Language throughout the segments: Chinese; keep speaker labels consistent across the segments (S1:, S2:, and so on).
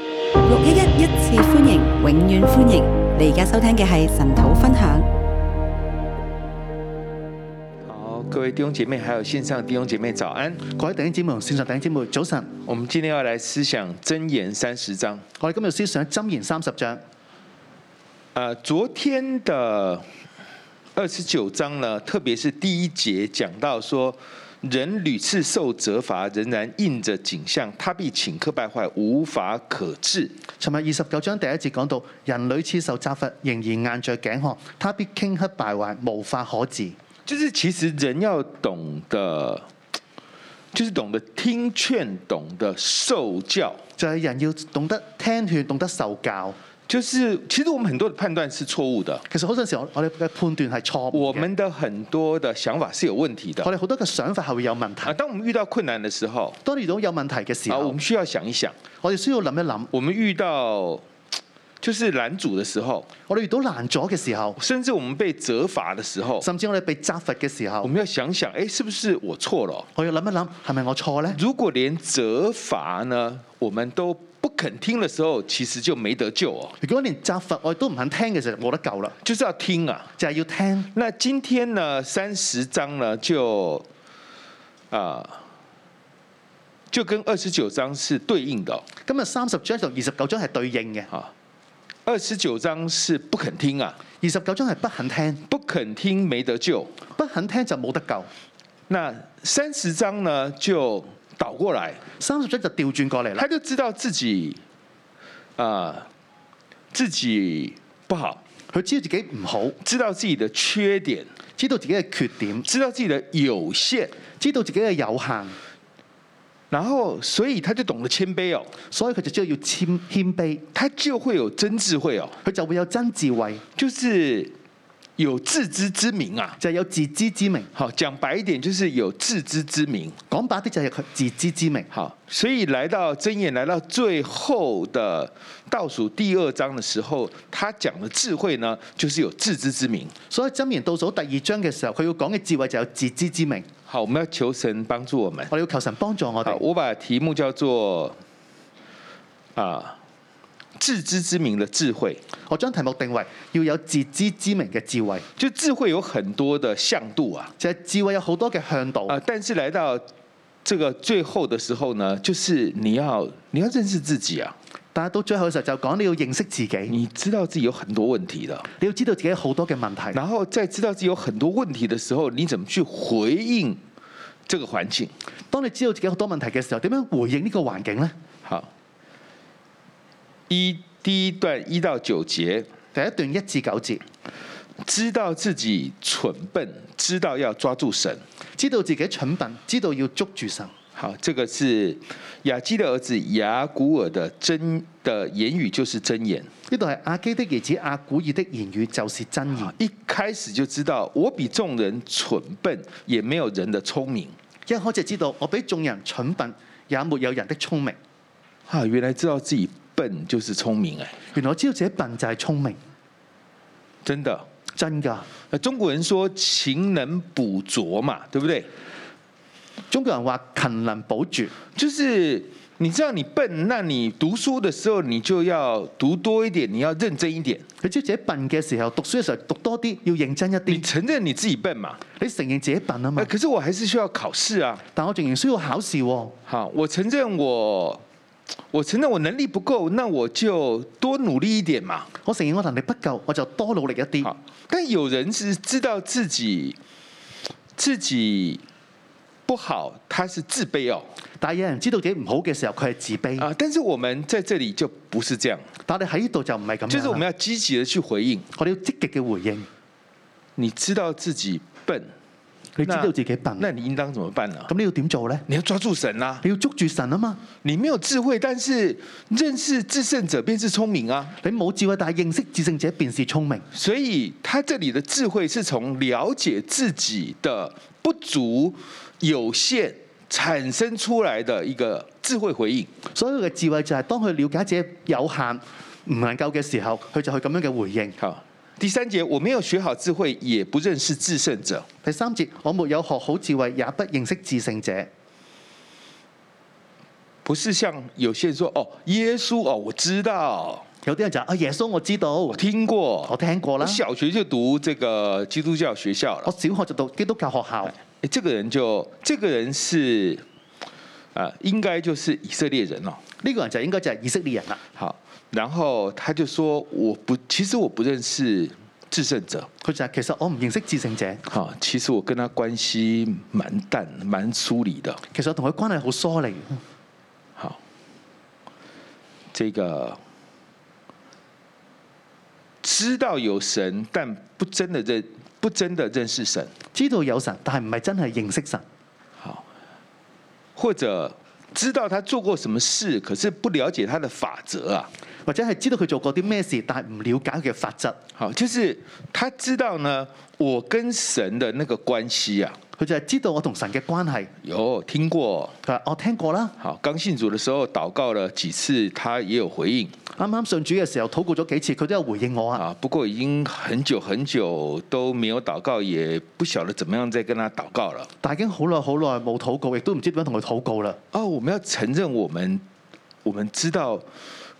S1: 一一一次歡迎，永遠歡迎！你而家收聽嘅係神土分享。
S2: 好，各位弟兄姐妹，还有线上弟兄姐妹，早安！
S3: 各位弟兄姊妹、線上弟兄姊妹，早晨！
S2: 我们今天要来思想箴言三十章。
S3: 我哋今日思想《箴言》三十章。
S2: 呃，昨天的二十九章呢，特别是第一节讲到说，人屡次受责罚，仍然印着景象，他必顷刻败坏，无法可治。
S3: 尋日二十九章第一節講到，人屢次受責罰，仍然硬着頸項，他必傾刻敗壞，無法可治。
S2: 就是其实人要懂得，就是懂得听劝，懂得受教。
S3: 就係、人要懂得聽勸，懂得受教。
S2: 就是其实我们很多的判断是错误的，
S3: 其實好多時候，我哋嘅判斷係錯
S2: 我
S3: 誤嘅
S2: 们的很多的想法是有问题的
S3: 我。哋好多嘅想法係會有問
S2: 啊，
S3: 題。
S2: 当我们遇到困难的时候，
S3: 當遇到有問題嘅時
S2: 啊，我
S3: 候
S2: 们，需要想一想，
S3: 我哋需要諗一諗。
S2: 我们遇到就是拦阻的时候，
S3: 我哋遇到難咗嘅時候，
S2: 甚至我们被责罚的时候，
S3: 甚至我哋被責罰嘅時
S2: 我
S3: 候，
S2: 们要想想，哎，是不是我错了哦？
S3: 我要諗一諗係咪我錯呢？
S2: 如果连责罚呢，我们都不肯听的时候，其实就没得救哦，
S3: 如果連責罰我哋都唔肯聽嘅時候，冇得救啦，
S2: 就是要听啊。
S3: 就係、要聽。
S2: 那今天呢，三十章呢，就啊、就跟二十九章是对应的哦
S3: 今日三十章同二十九章係對應嘅，
S2: 啊。二十九章是不肯听啊，
S3: 二十九章係不肯聽，
S2: 不肯听没得救。
S3: 不肯聽就冇得救。
S2: 那三十章呢，就倒过来，
S3: 三十章就調轉過嚟啦
S2: 他，就知道自己啊、自己不好，
S3: 佢知道自己唔好，
S2: 知道自己的缺点，
S3: 知道自己嘅缺點，
S2: 知道自己的有限，
S3: 知道自己嘅有限，
S2: 然后所以他就懂得谦卑哦，
S3: 所以佢就知道要謙謙卑，
S2: 他就会有真智慧哦，
S3: 佢就會有真智慧，
S2: 就是有自知之明啊。
S3: 就係、有自知之明。
S2: 好，讲白一点，就是有自知之明。
S3: 講白啲就係佢自知之明。
S2: 好，所以来到真言来到最后的倒数第二章的时候，他讲的智慧呢，就是有自知之明。
S3: 所以箴言倒數第二章嘅時候，佢要講嘅智慧就有自知之明。
S2: 好，我们要求神帮助我们。
S3: 我哋要求神幫助我
S2: 好，
S3: 哋。
S2: 我把题目叫做啊自知之明的智慧。
S3: 我將題目定為要有自知之明嘅智慧，
S2: 就智慧有很多的向度啊
S3: 就係、智慧有好多嘅向導。
S2: 啊，但是来到这个最后的时候呢，就是你要你要认识自己啊，
S3: 但係到最後嘅時候就講你要認識自己，你
S2: 你知道自己有很多问题的。
S3: 要知道自己好多嘅問題，
S2: 然后在知道自己有很多问题的时候，你怎么去回应这个环境？
S3: 當你知道自己好多問題嘅時候，點樣回應呢個環境呢？
S2: 好，一第一段一到九节，
S3: 第一段一至九節，
S2: 知道自己蠢笨，知道要抓住神。
S3: 知道自己蠢笨，知道要捉住神。
S2: 好，这个是雅基的儿子雅古尔的真的言语，就是真言。
S3: 呢度係阿基的兒子阿古爾的言語，就是真言。
S2: 一开始就知道我比众人蠢笨，也没有人的聪明
S3: 一開始知道我比眾人蠢笨，也沒有人的聰明。
S2: 啊！原来知道自己笨就是聪明哎、
S3: 原來我知道自己笨就係聰明，
S2: 真的。
S3: 真㗎。
S2: 那中国人说勤能补拙嘛，对不对？
S3: 中國人話勤能補拙，
S2: 就是你知道你笨，那你读书的时候你就要读多一点，你要认真一点。
S3: 佢知道自己笨嘅時候，讀書嘅時候讀多啲，要認真一
S2: 你
S3: 啲。
S2: 承认你自己笨嘛？
S3: 你承認自己笨啊
S2: 哎，
S3: 嘛，
S2: 可是我还是需要考试啊。
S3: 但我仍然需要考試喎。
S2: 好，我承认我，我承认我能力不够，那我就多努力一点嘛。
S3: 我承認我能力不夠，我就多努力一啲。
S2: 好，但有人是知道自己自己不好，他是自卑哦。
S3: 但係有人知道自己唔好嘅時候，佢係自卑。
S2: 啊，但是我们在这里就不是这样，
S3: 但係你喺呢度就唔係咁
S2: 就是我
S3: 樣
S2: 们
S3: 啦。
S2: 要积极的去回应。
S3: 我哋要積極嘅回應。
S2: 你知道自己笨，
S3: 你知道自己笨，
S2: 那你应当怎么办呢？
S3: 咁你要點做呢？
S2: 你要抓住神啦、
S3: 你要捉住神啊嘛！
S2: 你没有智慧，但是认识至圣者便是聪明啊。
S3: 你冇智慧，但係認識智勝者便是聰明。
S2: 所以他这里的智慧是从了解自己的不足、有限产生出来的一个智慧回应。
S3: 所有嘅智慧就係當佢了解自己有限唔能夠嘅時候，佢就去咁樣嘅回應。
S2: 好，第三节，我没有学好智慧，也不认识至圣者。
S3: 第三節，我沒有學好智慧，也不認識智勝者。
S2: 不是像有些人说哦，耶稣哦，我知道，
S3: 有啲人就話啊耶穌我知道，
S2: 我听过，
S3: 我聽過啦哦
S2: 我，小学就讀這個基督教學校
S3: 我
S2: 了。
S3: 小學就讀基督教學校，
S2: 誒這個人就，這個人是，啊、應該就是以色列人哦。
S3: 呢個人就應該就係以色列人啦。
S2: 好，然後他就說，我不，其實我不認識至聖者，
S3: 佢就係其實我唔認識至聖者，
S2: 好，其實我跟他關係蠻淡、蠻疏離的。
S3: 其實我同佢關係好疏離。
S2: 好，這個知道有神，但不真的認，不真的認識神。
S3: 知道有神，但係唔係真係認識神，
S2: 好，或者知道他做過什麼事，可是不了解他的法則啊。
S3: 或者係知道佢做過啲咩事，但係唔了解佢嘅法則。
S2: 好，就是他知道呢，我跟神的那個關係啊，
S3: 佢就係知道我同神嘅關係。
S2: 有聽過。
S3: 佢話我聽過啦，
S2: 好，剛信主的時候禱告了幾次，他也有回應
S3: 啱啱信主嘅時候禱告咗幾次，佢都有回應我啊。
S2: 啊。不過已經很久很久都沒有禱告，也不曉得怎麼樣再跟他禱告了。
S3: 但已經好耐好耐冇禱告，亦都唔知點樣同佢禱告啦。
S2: 哦，我們要承認我們我們知道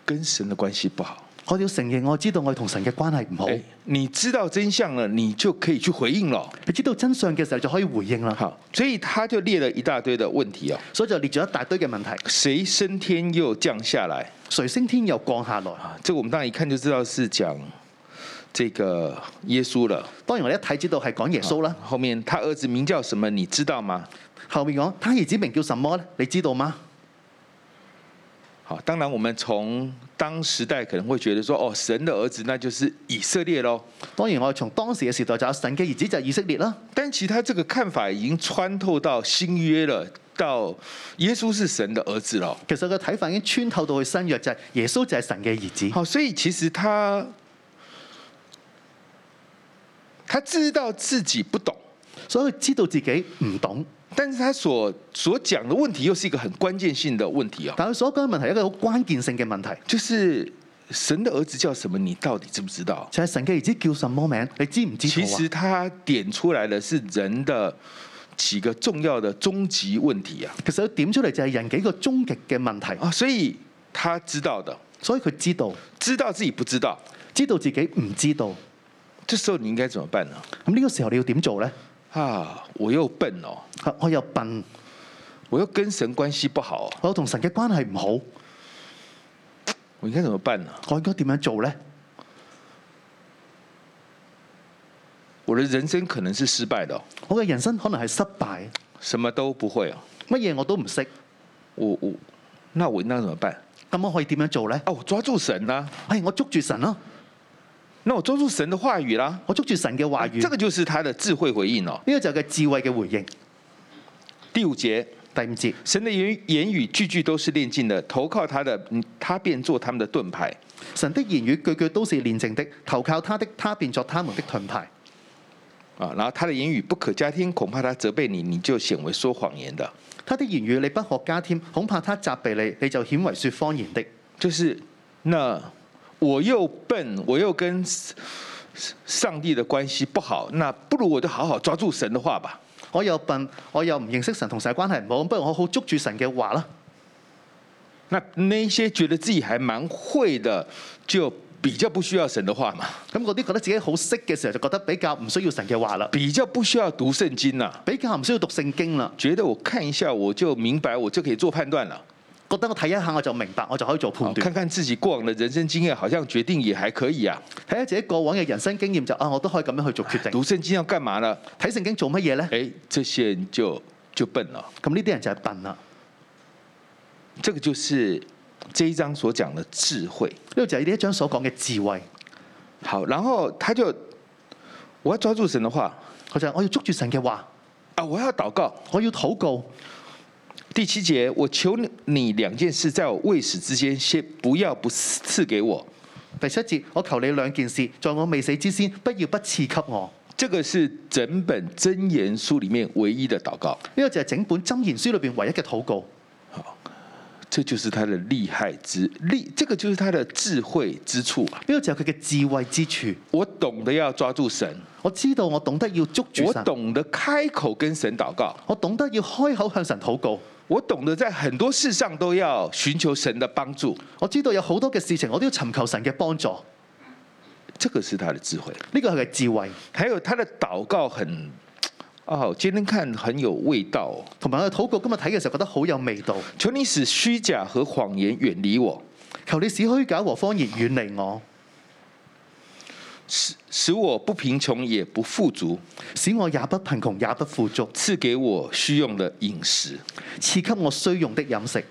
S2: 跟神的關係不好。
S3: 我要承認，我知道我同神嘅關係唔好。
S2: 哎你知道真相了，你就可以去回應了。
S3: 你知道真相嘅時候就可以回應啦。
S2: 好，所以他就列了一大堆的問題哦。
S3: 所以就列咗一大堆嘅問題，
S2: 谁升天又降下来
S3: 誰升天又降下來。
S2: 啊？这个我们当然一看就知道是講这个耶穌了。
S3: 當然我哋一睇知道係講耶穌啦。
S2: 后面他儿子名叫什么？你知道吗？
S3: 後面講他兒子名叫什麼呢？你知道嗎？
S2: 好，当然我们從當時代可能會覺得說，哦，神的兒子那就是以色列咯。
S3: 當然我哋從當時嘅時代就有神嘅兒子就係以色列啦。
S2: 但其實他這個看法已經穿透到新約了，到耶穌是神的兒子了。
S3: 其實個睇法已經穿透到去新約，就係、耶穌就係神嘅兒子。
S2: 好，所以其實他他知道自己不懂，
S3: 所以佢知道自己唔懂，
S2: 但是他所所講的問題又是一個很關鍵性的問題哦，
S3: 但佢所講嘅問題係一個好關鍵性嘅問題，
S2: 就是神的兒子叫什麼？你到底知不知道？
S3: 就係、神嘅兒子叫什麼名？你知唔知
S2: 其
S3: 道啊
S2: 實？他點出來的是人的幾個重要的終極問題啊
S3: 其實佢點出嚟就係人幾個終極嘅問題，
S2: 啊，所以他知道的，
S3: 所以佢知道，
S2: 知道自己不知道，
S3: 知道自己唔知道。
S2: 這時候你應該怎麼辦呢？
S3: 咁呢個時候你要點做呢？
S2: 啊，我又笨哦，
S3: 啊我又笨，
S2: 我又跟神關係不好哦、
S3: 我又同神嘅關係唔好，
S2: 我應該怎麼辦呢？
S3: 我應該點樣做呢？
S2: 我的人生可能是失敗的哦、
S3: 我嘅人生可能係失敗，
S2: 什麼都不會哦、
S3: 乜嘢我都唔識，
S2: 我我那我應該怎麼辦？
S3: 咁我可以點樣做呢？
S2: 啊，我抓住神啦、
S3: 哎，我捉住神咯，
S2: 那我抓住神的話語啦、
S3: 我捉住神嘅話語，
S2: 這個就是他的智慧回應哦。
S3: 呢個就係佢智慧嘅回應。
S2: 第五節，
S3: 第五節，
S2: 神的言言語句句都是煉淨的，投靠他的，嗯他便做他們的盾牌。
S3: 神的言語句句都是煉淨的，投靠他的，他便作他們的盾牌。
S2: 啊，然後他的言語不可加添，恐怕他責備你，你就顯為說謊言的。
S3: 他的言語你不可加添，恐怕他責備你，你就顯為説謊言的。
S2: 就是那我又笨，我又跟上帝的關係不好，那不如我就好好抓住神的話吧。
S3: 我又笨，我又唔認識神，同神嘅關係唔好，不如我好捉住神嘅話啦。
S2: 那那些覺得自己還蠻會的，就比較不需要神的話嘛，
S3: 咁嗰啲覺得自己好識嘅時候，就覺得比較唔需要神嘅話啦，
S2: 比較不需要讀聖經啦、
S3: 比較唔需要讀聖經啦。
S2: 覺得我看一下我就明白，我就可以做判斷了。
S3: 覺得我睇一下我就明白，我就可以做判
S2: 好看
S3: 斷。
S2: 看自己過往的人生經驗，好像決定也還可以啊。
S3: 睇下自己過往嘅人生經驗就啊，我都可以咁樣去做決定。
S2: 讀聖經要幹嘛呢？
S3: 睇聖經做乜嘢呢？
S2: 哎，這些人就就笨了。
S3: 咁呢啲人就係笨啦。
S2: 這個就是這一章所講的智慧。
S3: 呢度就係呢一章所講嘅智慧。
S2: 好，然後他就我要抓住神的話
S3: 佢就係我要捉住神嘅話，
S2: 啊，我要禱告。
S3: 我要禱告。
S2: 第七節，我求你兩件事，在我未死之間，先不要不賜給我。
S3: 第七節，我求你兩件事，在我未死之先，不要不賜給我。
S2: 這個是整本箴言書裡面唯一的禱告，
S3: 呢、個就係整本箴言書裏邊唯一嘅禱告。
S2: 這就是他的厲害之厲，這個就是他的智慧之處啊！
S3: 呢、個就係佢嘅智慧之處。
S2: 我懂得要抓住神，
S3: 我知道我懂得要捉住
S2: 我
S3: 神，
S2: 懂得開口跟神禱告，
S3: 我懂得要開口向神禱告。
S2: 我懂得在很多事上都要寻求神的帮助，
S3: 我知道有好多嘅事情，我都要尋求神嘅幫助。
S2: 这个是他的智慧。
S3: 呢個係佢嘅智慧，
S2: 还有他的祷告很，哦，今天看很有味道、哦。
S3: 同埋我哋禱告今日睇嘅時候覺得好有味道。
S2: 求你使虚假和谎言远离我，
S3: 求你使虛假和方言遠離我，
S2: 使使我不贫穷也不富足，
S3: 使我也不貧窮也不富足，
S2: 赐给我需用的饮食。
S3: 賜給我需用的飲食。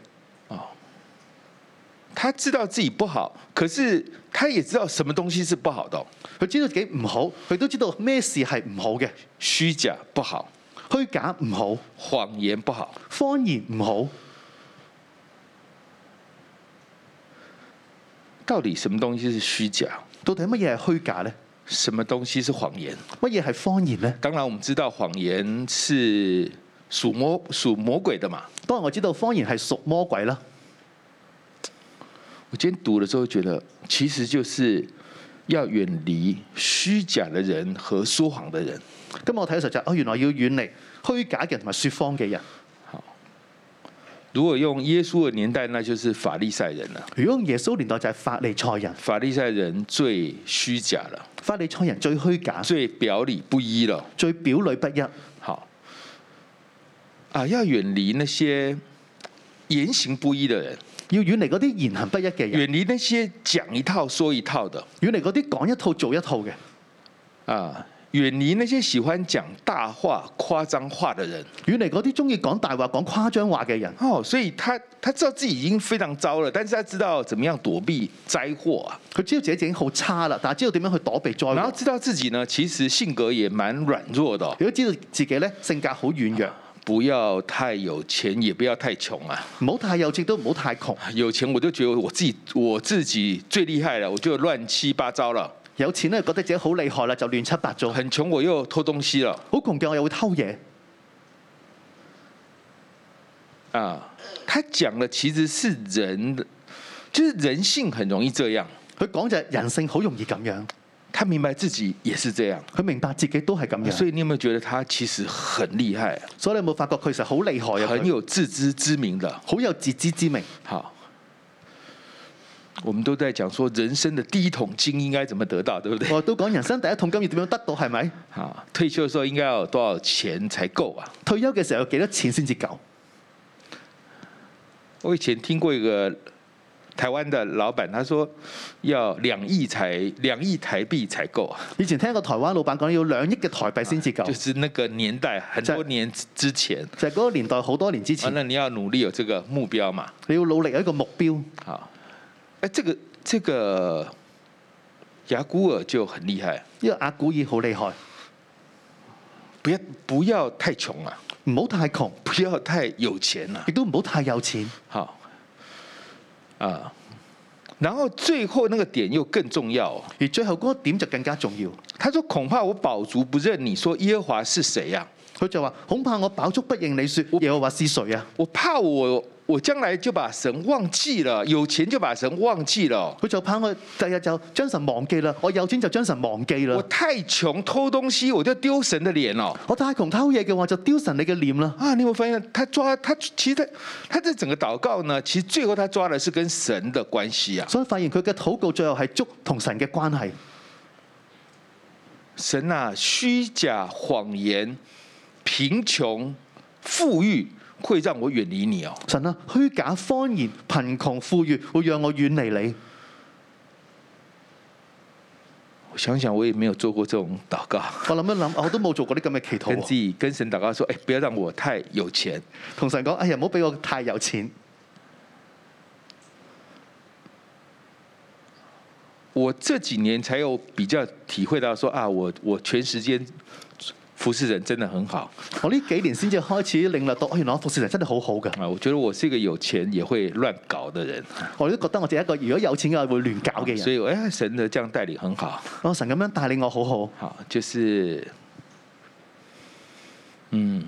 S2: 他知道自己不好，可是他也知道什么东西是不好的哦、
S3: 佢知道自己唔好，佢都知道咩事係唔好嘅，
S2: 虚假不好，
S3: 虛假唔好，
S2: 谎言不好。
S3: 方言唔好。
S2: 到底什么东西是虚假？
S3: 到底乜嘢係虛假呢？
S2: 什么东西是谎言？
S3: 乜嘢係方言呢？
S2: 当然，我们知道谎言是属魔属魔鬼的嘛。
S3: 當然我知道方言係屬魔鬼啦。
S2: 我今天读了之后觉得，其实就是要远离虚假的人和说谎的人。
S3: 今日我睇嘅時候就係哦，原來要遠離虛假嘅人同埋説謊嘅人。
S2: 如果用耶稣的年代，那就是法利赛人了。
S3: 如果耶穌年代就係法利賽人，
S2: 法利赛人最虚假了，
S3: 法利賽人最虛假，
S2: 最表里不一了。
S3: 最表裏不一。
S2: 好，啊，要远离那些言行不一的人，
S3: 要遠離嗰啲言行不一嘅人，
S2: 远离那些讲一套说一套的，
S3: 遠離嗰啲講一套做一套嘅，
S2: 啊，远离那些喜欢讲大话、夸张话的人。
S3: 遠離嗰啲中意講大話、講誇張話嘅人。
S2: 哦，所以他他知道自己已经非常糟了，但是他知道怎么样躲避灾祸啊，
S3: 佢知道自己已經好差啦，但係知道點樣去躲避災
S2: 然后
S3: 禍。
S2: 知道自己呢其实性格也蛮软弱的哦、
S3: 亦都知道自己咧性格好軟弱，
S2: 不要太有钱，也不要太穷啊。
S3: 唔好太有錢，都唔好太窮。
S2: 有钱我就觉得我自己我自己最厉害了，我就乱七八糟了。
S3: 有錢咧覺得自己好厲害啦，就亂七八糟。
S2: 很穷我又偷东西了
S3: 好窮嘅我又會偷嘢。
S2: 啊。他讲的其实是人的，就是人性很容易这样。
S3: 佢講就係人性好容易咁樣，
S2: 他明白自己也是这样，
S3: 佢明白自己都係咁樣。
S2: 所以你有没有覺得他其實很厉害，
S3: 所以你有冇發覺佢其實好厲害啊？
S2: 很
S3: 佢
S2: 哦有自知之明的？
S3: 好有自知之明。
S2: 好，我们都在讲说人生的第一桶金应该怎么得到，对不对？
S3: 我都講人生第一桶金要點樣得到係咪？
S2: 啊，退休的时候应该要有多少钱才够啊？
S3: 退休嘅時候有幾多錢先至夠？
S2: 我以前听过一个台湾的老板，他说要两亿才两亿台币才够啊，
S3: 以前聽個台灣老闆講要兩億嘅台幣先至夠，
S2: 就是那个年代很多年之前
S3: 就係嗰個年代好多年之
S2: 啊，
S3: 前，
S2: 那你要努力有这个目标嘛。
S3: 你要努力有一個目標。
S2: 好，哎，这个这个雅古尔就很厉害，
S3: 呢個阿古爾好厲害，
S2: 不要不要太穷啊，
S3: 唔好太窮，
S2: 不要太有钱啊
S3: 亦。都唔好太有錢。
S2: 好，啊，然后最后那个点又更重要哦、
S3: 而最後嗰個點就更加重要。
S2: 他说：“恐怕我饱足不认你说耶和华是谁啊呀、
S3: 佢就話：恐怕我飽足不應你説，耶和華是誰啊？
S2: 我怕我我将来就把神忘记了，有钱就把神忘记了哦。
S3: 佢就怕我第日就將神忘記啦，我有錢就將神忘記啦
S2: 我。太穷偷东西，我就丢神的脸哦。
S3: 我太窮偷嘢嘅話，就丟神你嘅念啦。
S2: 啊，你有没有发现他抓他其实他他这整个祷告呢，其实最后他抓的是跟神的关系啊。
S3: 所以發現佢嘅禱告最後係捉同神嘅關係。
S2: 神啊，虚假、谎言、贫穷、富裕，会让我远离你哦。
S3: 神啊，虛假、謊言、貧窮、富裕，會讓我遠離你。
S2: 我想想，我也没有做过这种祷告，
S3: 我諗一諗，我都冇做過啲咁嘅祈禱
S2: 跟自
S3: 喎。
S2: 己跟神祷告说，哎，不要让我太有钱。
S3: 同神講：哎呀，唔好俾我太有錢。
S2: 我这几年才有比较体会到说啊，我我全时间服侍人真的很好
S3: 我呢幾年先至開始領略到，哎原來我服侍神真係好好㗎。
S2: 啊。我觉得我是一个有钱也会乱搞的人，啊
S3: 我都覺得我自己一個如果有錢嘅話會亂搞嘅
S2: 所
S3: 人。
S2: 以哎，神的这样带领很好。
S3: 我神咁樣帶領我好好。
S2: 好，就是嗯，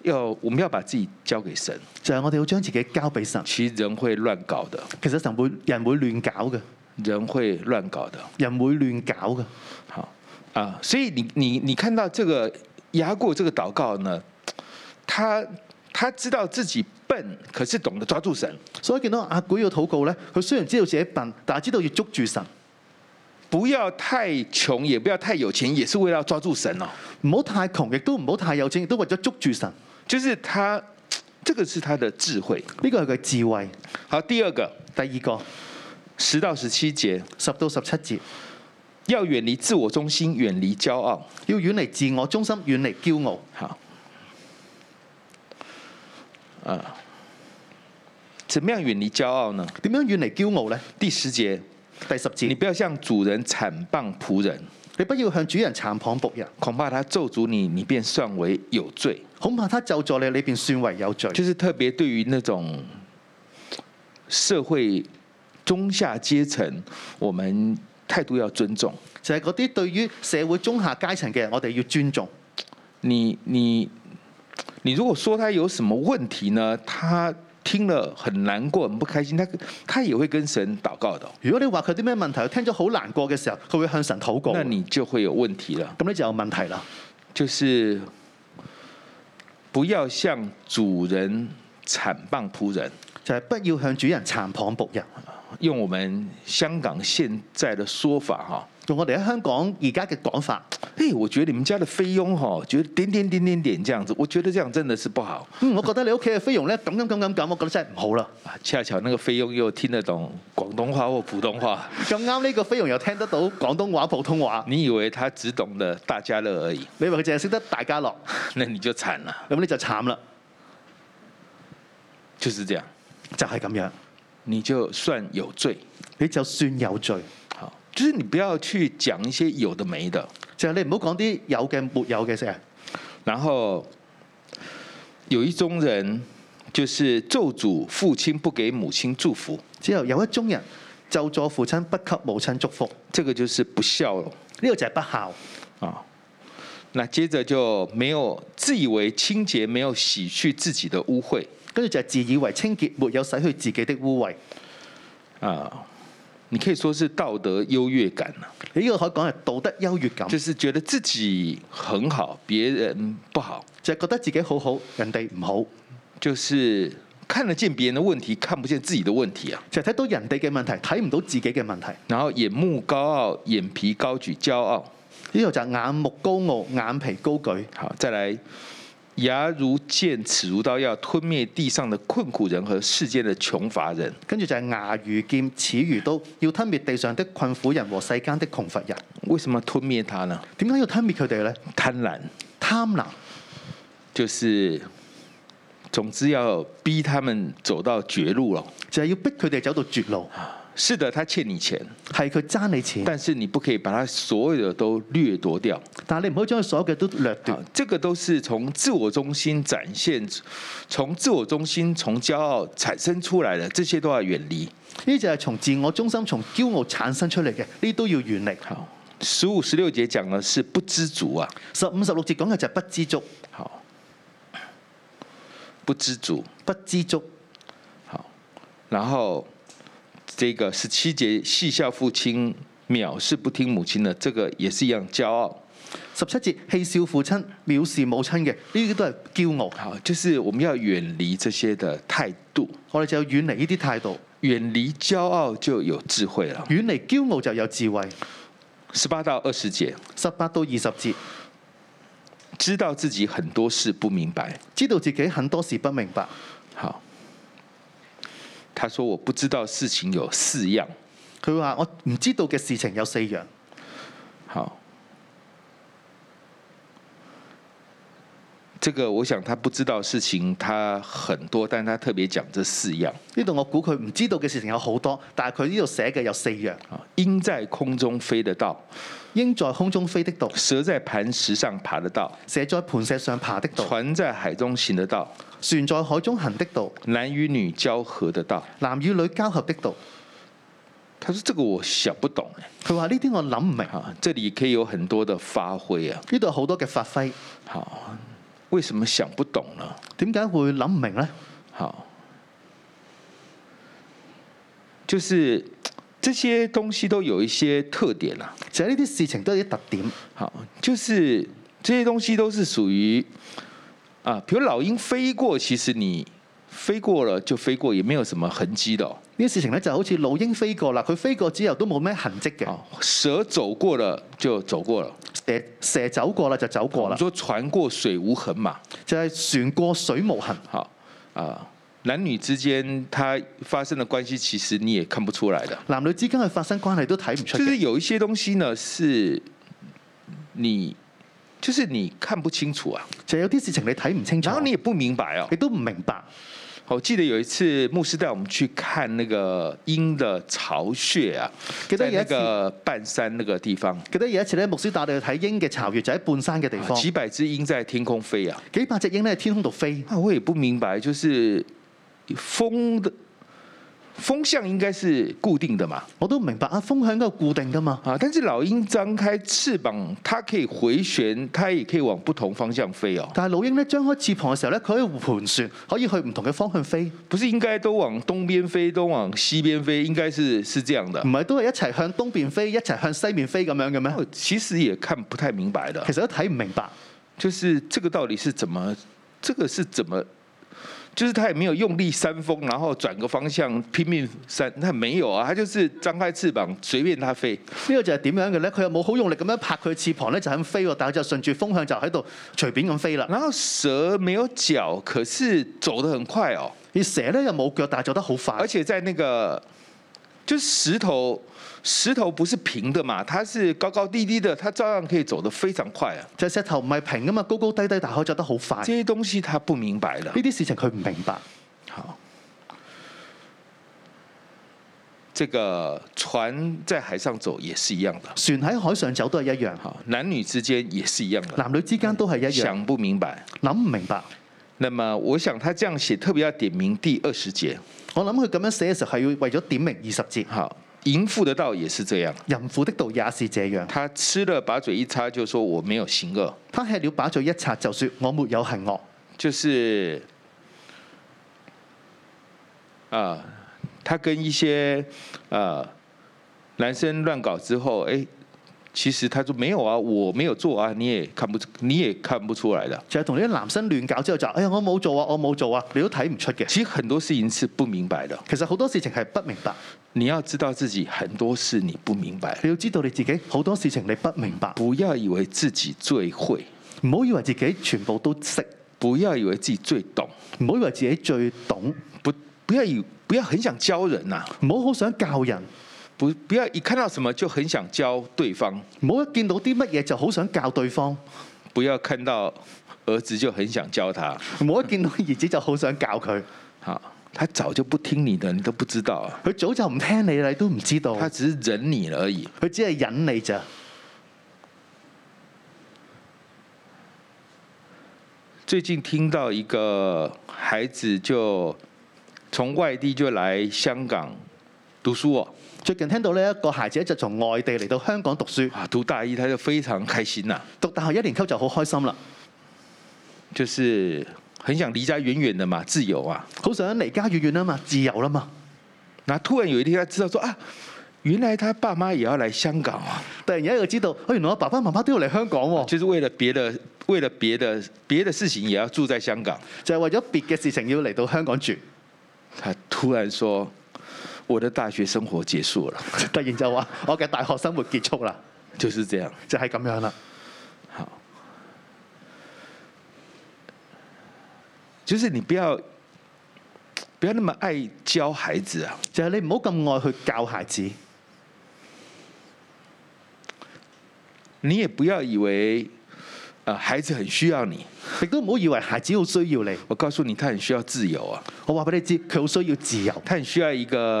S2: 要我们要把自己交给神，
S3: 就係我哋要將自己交俾神。
S2: 其实人會亂搞的，
S3: 其實神會人會亂搞嘅，
S2: 人會亂搞的。
S3: 人會亂搞嘅。
S2: 好啊，所以你你你看到这个雅果这个祷告呢，他他知道自己笨，可是懂得抓住神，
S3: 所以見到阿古要禱告咧，佢雖然知道自己笨，但係知道要捉住神，
S2: 不要太窮，也不要太有錢，也是为了抓住神哦。
S3: 唔好太窮，亦都唔好太有錢，亦都為咗捉住神。
S2: 就是他，这个是他的智慧。
S3: 呢個係佢嘅智慧。
S2: 好，第二个
S3: 第二個
S2: 十到十七节，
S3: 十到十七節，
S2: 要远离自我中心，远离骄傲。
S3: 要遠離自我中心，遠離驕傲。
S2: 好，啊，怎么样远离骄傲呢？
S3: 點樣遠離驕傲呢？
S2: 第十节，
S3: 第十
S2: 你
S3: 節，
S2: 不要向主人谄谤仆人，
S3: 你不要向主人讒謗僕人，
S2: 恐怕他咒诅你，你便算为有罪。
S3: 恐怕他就助你，你便算為有罪。
S2: 就是特别对于那种社会中下阶层，我们态度要尊重。
S3: 就係嗰啲對於社會中下階層嘅人，我哋要尊重。
S2: 你你你如果说他有什么问题呢？他听了很难过、很不开心，他他也會跟神祷告的哦、
S3: 如果你話佢啲咩問題，佢聽咗好難過嘅時候，佢會向神禱告。
S2: 那你就會有問題了。
S3: 咁你就有問題啦。
S2: 就是不要向主人谄谤仆人，
S3: 就係不要向主人讒謗仆人。
S2: 用我們香港現在的說法哈。
S3: 用我哋喺香港而家嘅講法，
S2: 哎，我覺得你們家的菲佣哈，覺得點點點點點這樣子，我覺得這樣真的是不好
S3: 嗯，我覺得你屋企嘅菲傭咧咁咁咁咁咁，我覺得真係唔好啦。
S2: 啊。恰巧那個菲佣又聽得懂廣東話或普通話，
S3: 咁啱呢個菲傭又聽得到廣東話、普通話，
S2: 你以為他只懂得大家樂而已，
S3: 你話佢淨係識得大家樂，
S2: 那你就慘了，
S3: 咁你就慘啦，
S2: 就是這樣，
S3: 就係咁樣，
S2: 你就算有罪。
S3: 你就算有罪，
S2: 好，就是你不要去講一些有的沒的，
S3: 就係你唔好講啲有嘅沒有嘅啊嘢。
S2: 然後有一種人就是咒詛父親不給母親祝福，
S3: 之後有一宗人就助父親不給母親祝福，呢、
S2: 這個就是不孝了。
S3: 個就係不孝。
S2: 啊。那接着就没有自以为清洁，没有洗去自己的污秽
S3: 跟住就係自以為清潔，沒有洗去自己的污穢。
S2: 啊，你可以说是道德优越感啊，
S3: 呢個可以講係道德優越感，
S2: 就是觉得自己很好，别人不好，
S3: 就係覺得自己好好，人哋唔好，
S2: 就是看得见别人的问题，看不见自己的问题啊。
S3: 就係睇到人哋嘅問題，睇唔到自己嘅問題。
S2: 然后眼目高傲，眼皮高举，骄傲。
S3: 呢度就係眼目高傲、眼皮高舉。
S2: 好，再来，牙如剑，齿如刀，要吞灭地上的困苦人和世间的穷乏人。
S3: 跟住就係牙如劍，齒如刀，要吞滅地上的困苦人和世間的窮乏人。
S2: 为什么吞灭它呢？
S3: 點解要吞滅佢哋呢？
S2: 贪婪。
S3: 貪婪
S2: 就是，总之要逼他们走到绝路了。
S3: 就係、要逼佢哋走到絕路，
S2: 是的，他欠你钱，
S3: 係佢爭你錢，
S2: 但是你不可以把他所有的都掠奪掉。
S3: 但係你唔可以將佢所有嘅都掠
S2: 好
S3: 奪。，
S2: 这个都是从自我中心展现，从自我中心、从骄傲产生出来的，这些都要远离。
S3: 呢就係從自我中心、從驕傲產生出嚟嘅，呢都要遠離。
S2: 好，十五、十六节讲的是不知足啊，
S3: 十五、十六節講嘅就係不知足，
S2: 好，不知足。
S3: 不知足。
S2: 好，然后这个十七节戏笑父亲，藐视不听母亲的，这个也是一样骄傲。
S3: 十七節戲笑父親、藐視母親嘅，呢啲都係驕傲。
S2: 好，就是我们要遠離這些的態度，
S3: 我哋就要遠離呢啲態度，
S2: 遠離驕傲就有智慧了。
S3: 遠離驕傲就有智慧。
S2: 十八到二十節，
S3: 十八到二十節。
S2: 知道自己很多事不明白。
S3: 知道自己很多事不明白。
S2: 好，他說我不知道事情有四樣。
S3: 佢話：我唔知道嘅事情有四樣，
S2: 好，这個我想他不知道事情他很多，但他特別講這四樣
S3: 呢度我估佢唔知道嘅事情有好多，但係佢呢度寫嘅有四樣：
S2: 啊，鷹在空中飛得到，
S3: 鷹在空中飛的道，
S2: 蛇在磐石上爬得到，
S3: 蛇在磐石上爬的道，
S2: 船在海中行得到。
S3: 船在海中行的道，
S2: 男与女交合的道。
S3: 男與女交合的道。
S2: 他说这个我想不懂哎，
S3: 佢話呢啲我諗唔明，
S2: 啊，这里可以有很多的发挥啊。
S3: 呢度有好多嘅發揮，
S2: 好，为什么想不懂呢？
S3: 點解會諗唔明呢？
S2: 好，就是嘖这些东西都有一些特点啊。
S3: 就係呢啲事情都有啲特點，
S2: 好，就是这些东西都是属于啊，比如老鹰飞过，其实你飞过了就飞过，也没有什么痕迹的哦。
S3: 呢事情咧就好似老鷹飛過啦，佢飛過之後都冇咩痕跡嘅，
S2: 啊，蛇走過了就走過了。
S3: 蛇蛇走過啦就走
S2: 我
S3: 過啦
S2: 们，说船過水無痕嘛，
S3: 就係船過水無痕。
S2: 好啊，男女之間它發生的關係，其實你也看不出來的。
S3: 男女之間嘅發生關係都睇唔出
S2: 就是
S3: 嘅，
S2: 有一些東西呢，是你就是你看不清楚啊，
S3: 就係有啲事情你睇唔清楚
S2: 然後，你也不明白哦
S3: 你。都唔明白。
S2: 我記得有一次牧師帶我們去看那個鷹的巢穴啊，
S3: 記得
S2: 在
S3: 有
S2: 那
S3: 一次
S2: 個半山那個地方，
S3: 記得有一次咧，牧師帶我哋去睇鷹嘅巢穴，就喺半山嘅地方，
S2: 幾百隻鷹在天空飛啊。
S3: 幾百隻鷹咧喺天空度飛。
S2: 啊，我也不明白，就是风的风向应该是固定的嘛，
S3: 我都唔明白啊，風向應該係固定噶嘛，
S2: 啊，但是老鹰张开翅膀，它可以回旋，它也可以往不同方向飞哦，
S3: 但係老鷹咧張開翅膀嘅時候咧，佢可以盤旋，可以去唔同嘅方向飛，唔
S2: 不是应该都往东边飞，都往西边飞，应该是是这样的。
S3: 係都係一齊向東邊飛，一齊向西面飛咁樣嘅
S2: 我
S3: 咩？
S2: 其实也看不太明白的
S3: 其，實都睇唔明白。
S2: 就是这个到底是怎么，这个是怎么。就是它也没有用力扇风，然后转个方向拼命扇，它没有啊，它就是张开翅膀随便它飞。
S3: 呢個就係點樣嘅咧？佢又冇好用力咁樣拍佢翅膀咧，就咁飛喎。但係就順住風向就喺度隨便咁飛啦。
S2: 然后蛇没有脚，可是走得很快哦，
S3: 而蛇咧又冇腳，但係走得好快
S2: 而。且在那个就是石头，石头不是平的嘛，它是高高低低的，它照样可以走得非常快啊。
S3: 就係石頭唔係平噶嘛，高高低低，但係可以走得好快。
S2: 这
S3: 呢
S2: 些东西他不明白的。
S3: 啲事情佢唔明白。
S2: 好，这个船在海上走也是一样的，
S3: 船喺海上走都係一樣，
S2: 好，男女之间也是一样的，
S3: 男女之間都係一樣。
S2: 想不明白。
S3: 諗唔明白，
S2: 那么我想他这样写，特别要点明第二十节。
S3: 我諗佢咁樣寫嘅時候係要為咗點明二十節。
S2: 好，淫妇的道也是这样。
S3: 淫婦的道也是這樣，
S2: 他吃了把嘴一擦，就说我没有行恶，
S3: 他吃了把嘴一擦，就說我沒有行惡，
S2: 就是啊、他跟一些呃男生乱搞之后，哎、其实他说没有啊，我没有做啊，你也看不出，你也看不出来的。
S3: 就係同呢啲男生亂搞之後就，哎呀我冇做啊，我冇做啊，你都睇唔出嘅。
S2: 其实很多事情是不明白的，
S3: 其實好多事情係不明白。
S2: 你要知道自己很多事你不明白，
S3: 你要知道你自己好多事情你不明白，
S2: 不要以为自己最会，
S3: 唔好以為自己全部都識，
S2: 不要以为自己最懂，
S3: 唔好以為自己最懂，
S2: 不不要以不要很想教人呐、
S3: 唔好好想教人，
S2: 不不要一看到什么就很想教对方，
S3: 唔好一見到啲乜嘢就好想教對方，
S2: 不要看到儿子就很想教他。
S3: 唔好一見到兒子就好想教佢，
S2: 好，他早就不听你的，你都不知道啊，
S3: 佢早就唔聽你啦，你都唔知道，
S2: 他只是忍你了而已。
S3: 佢只係引你咋。
S2: 最近听到一个孩子就从外地就来香港读书哦，
S3: 最近聽到呢一個孩子就從外地嚟到香港讀書，
S2: 啊，读大一他就非常开心呐、
S3: 讀大學一年級就好開心啦，
S2: 就是很想离家远远的嘛，自由啊。
S3: 好想離家遠遠啊嘛，自由啦嘛。
S2: 那突然有一天他知道说啊，原来他爸妈也要来香港啊。
S3: 突然有一日知道，哎原來我爸爸媽媽都要嚟香港喎，
S2: 就是为了别的，为了别的别的事情也要住在香港。
S3: 就係為咗別嘅事情要嚟到香港住。
S2: 他突然说：“我的大学生活结束了。
S3: 突然就話我嘅大學生活結束啦，”
S2: 就是这样。
S3: 就係、咁樣啦。
S2: 好，就是你不要不要那么爱教孩子啊。
S3: 就係、你唔好咁愛去教孩子，
S2: 你也不要以为呃孩子很需要你。
S3: 亦都唔好以為孩子好需要你。
S2: 我告诉你，他很需要自由啊，
S3: 我話俾你知，佢好需要自由，
S2: 他很需要一个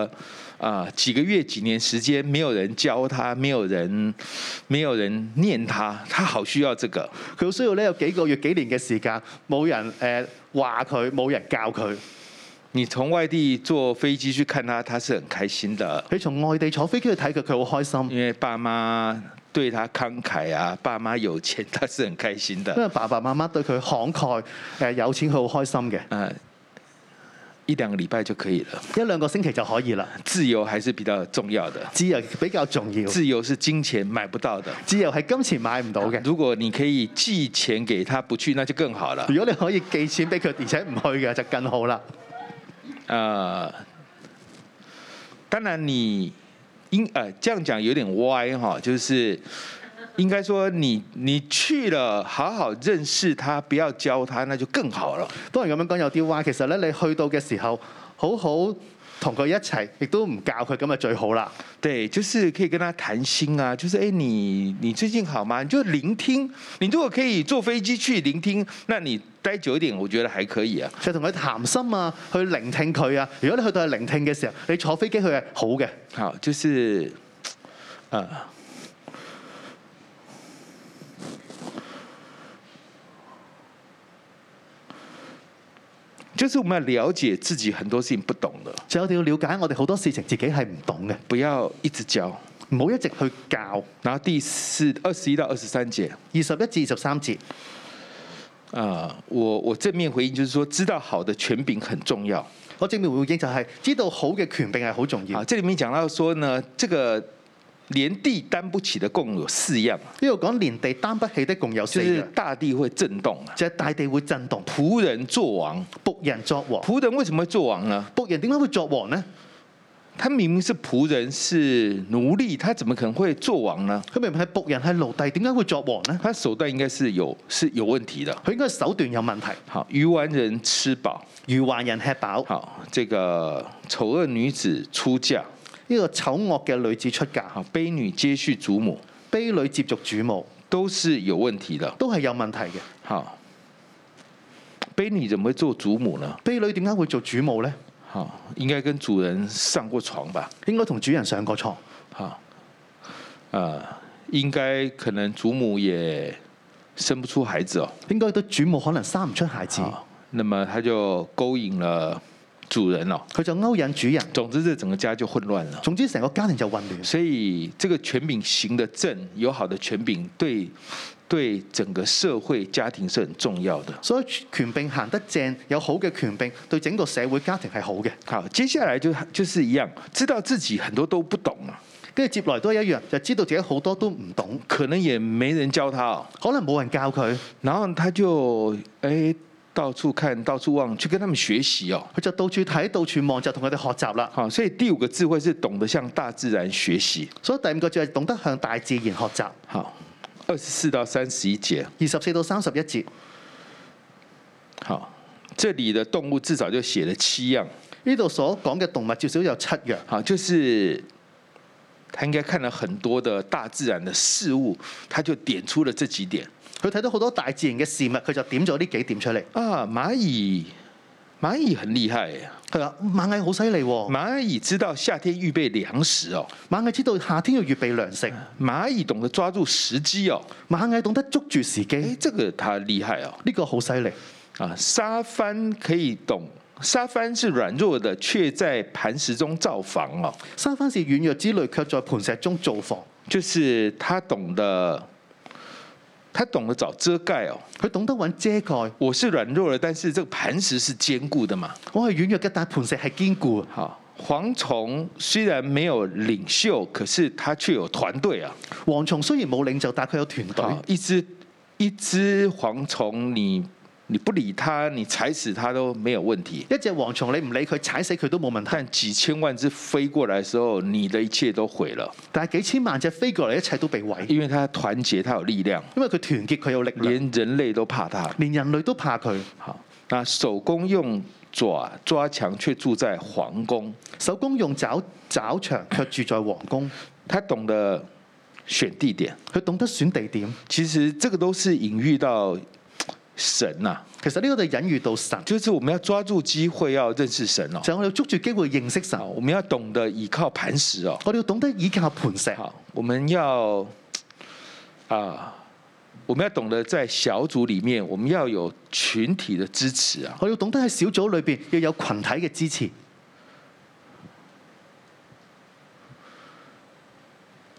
S2: 啊、呃几个月、几年时间，没有人教他，没有人没有人念他，他好需要这个。
S3: 佢好需要咧有幾個月、幾年嘅時間，冇人誒話佢，冇人教佢。
S2: 你从外地坐飞机去看他，他是很开心的，
S3: 你從外地坐飛機去睇佢，佢好開心，
S2: 因为爸妈对他慷慨啊，爸妈有钱，他是很开心
S3: 因
S2: 的。
S3: 呃為爸爸媽媽對佢慷慨，誒有錢佢好開心嘅。
S2: 呃，啊一两个礼拜就可以了。
S3: 一兩個星期就可以啦。
S2: 自由还是比较重要的，
S3: 自由比較重要，
S2: 自由是金钱买不到的。
S3: 自由係金錢買唔到嘅。
S2: 如果你可以寄钱给他不去，那就更好了。
S3: 如果你可以寄錢俾佢，而且唔去嘅就更好啦。
S2: 呃，当然你应呃这样讲有点歪哈，就是应该说你你去了，好好认识他，不要教他，那就更好了。
S3: 當然咁樣講有啲歪，其實咧你去到嘅時候，好好同佢一齊，亦都唔教佢咁就最好啦。
S2: 对，就是可以跟他谈心啊，就是哎，你你最近好吗？你就聆听。你如果可以坐飞机去聆听，那你待久一点，我觉得还可以啊。
S3: 就同佢談心啊，去聆聽佢啊。如果你去到去聆聽嘅時候，你坐飛機去係好嘅。
S2: 好，就是，呃，就是我们要了解自己很多事情不懂的，
S3: 就我哋要了解我哋好多事情自己係唔懂嘅，
S2: 不要一直教。
S3: 唔好一直去教。
S2: 然后第四二十一到二十三节，
S3: 二十一至二十三節，
S2: 呃，我我正面回应就是说，知道好的权柄很重要。
S3: 我正面回應就係、知道好嘅權柄係好重要。
S2: 啊，
S3: 呢
S2: 这里面讲到说呢，这个连地担不起的共有四样，
S3: 度講連地擔不起的共有四
S2: 就是
S3: 樣，
S2: 大地会震动啊，
S3: 就係、大地會震動，
S2: 仆人做王，
S3: 仆人作王。
S2: 仆人为什么会做王呢？
S3: 仆人點解會作王呢？
S2: 他明明是仆人，是奴隶，他怎么可能会做王呢？
S3: 佢明明係仆人係奴隸，點解會作王呢？
S2: 他手段应该是有是有问题的。
S3: 佢應該手段有問題，
S2: 好，愚顽人吃饱，
S3: 愚頑人吃飽，呢、
S2: 好，这个丑恶女子出嫁，
S3: 個醜惡嘅女子出嫁，
S2: 好，卑女接续祖母，
S3: 卑女接續主母，
S2: 都是有问题的。
S3: 都係有問題嘅。
S2: 好，卑女怎么会做祖母呢？
S3: 卑女點解會做主母呢？
S2: 好，应该跟主人上过床吧？
S3: 應該同主人上過床，
S2: 好，呃，应该可能祖母也生不出孩子哦。
S3: 應該都主母可能生唔出孩子，
S2: 好，那么他就勾引了主人哦。
S3: 佢就勾引主人。
S2: 总之，这整个家就混乱了。
S3: 總之成個家庭就混亂。
S2: 所以，这个权柄行的正，有好的权柄，对对整个社会家庭是很重要的。
S3: 所以權柄行得正，有好嘅權柄，對整個社會家庭係好嘅。
S2: 好，接下来就就是一样，知道自己很多都不懂啊，
S3: 跟住接來都一樣，就知道自己好多都唔懂，
S2: 可能也没人教他哦。
S3: 可能冇人教佢，
S2: 然后他就哎到处看，到处望，去跟他们学习哦。
S3: 佢就到處睇、到處望，就同佢哋學習啦。
S2: 好，所以第五个智慧是懂得向大自然学习。
S3: 所以第五個就係懂得向大自然學習。
S2: 好，二十四到三十一节，
S3: 二十四到三十一節
S2: 好，这里的动物至少就写了七样。
S3: 呢度所講嘅動物至少有七樣，
S2: 好，就是他应该看了很多的大自然的事物，他就点出了这几点
S3: 佢睇到好多大自然嘅事物，佢就點咗呢幾點出嚟。
S2: 啊。蚂蚁，蚂蚁很厉害耶，
S3: 佢話螞蟻好犀利喎，
S2: 蚂蚁知道夏天预备粮食哦，
S3: 螞蟻知道夏天要預備糧食，
S2: 蚂蚁懂得抓住时机哦。
S3: 螞蟻懂得捉住時機，
S2: 哎，
S3: 呢、
S2: 这个它厉害哦。
S3: 個好犀利。
S2: 啊，沙帆可以懂，沙帆是软弱的，却在磐石中造房哦。
S3: 三番是軟弱之類，卻在磐石中造房。
S2: 就是他懂得，他懂得找遮盖哦。
S3: 佢懂得揾遮蓋。
S2: 我是软弱的，但是这个磐石是坚固的嘛。
S3: 我係軟弱嘅，但係磐石係堅固。
S2: 好，蝗虫虽然没有领袖，可是它却有团队啊。
S3: 蝗蟲雖然冇領袖，但係佢有團
S2: 好
S3: 隊。，
S2: 一只一只蝗虫，你你不理它，你踩死它都没有问题。
S3: 一隻蝗蟲你唔理佢，踩死佢都冇問題。
S2: 但几千万只飞过來的时候，你的一切都毁了，
S3: 但係幾千萬隻飛過嚟，一切都被毀，
S2: 因为它团结，它有力量。
S3: 因為佢團結，佢有力量，
S2: 连人类都怕它。
S3: 連人類都怕佢。
S2: 好，那手工用爪抓墙，却住在皇宫。
S3: 手工用爪爪長，卻住在皇宮。
S2: 他懂得选地点，
S3: 佢懂得選地點。
S2: 其实这个都是隐喻到神呐、
S3: 其實呢個就隱喻到神，
S2: 就是我们要抓住機會，要认识神哦。
S3: 就係我哋要捉住機會認識神
S2: 好，。我们要懂得倚靠磐石哦。
S3: 我哋要懂得倚靠磐石。
S2: 好，我们要啊、我们要懂得在小组里面，我们要有群体的支持啊。
S3: 我哋要懂得喺小組裏邊要有群體嘅支持。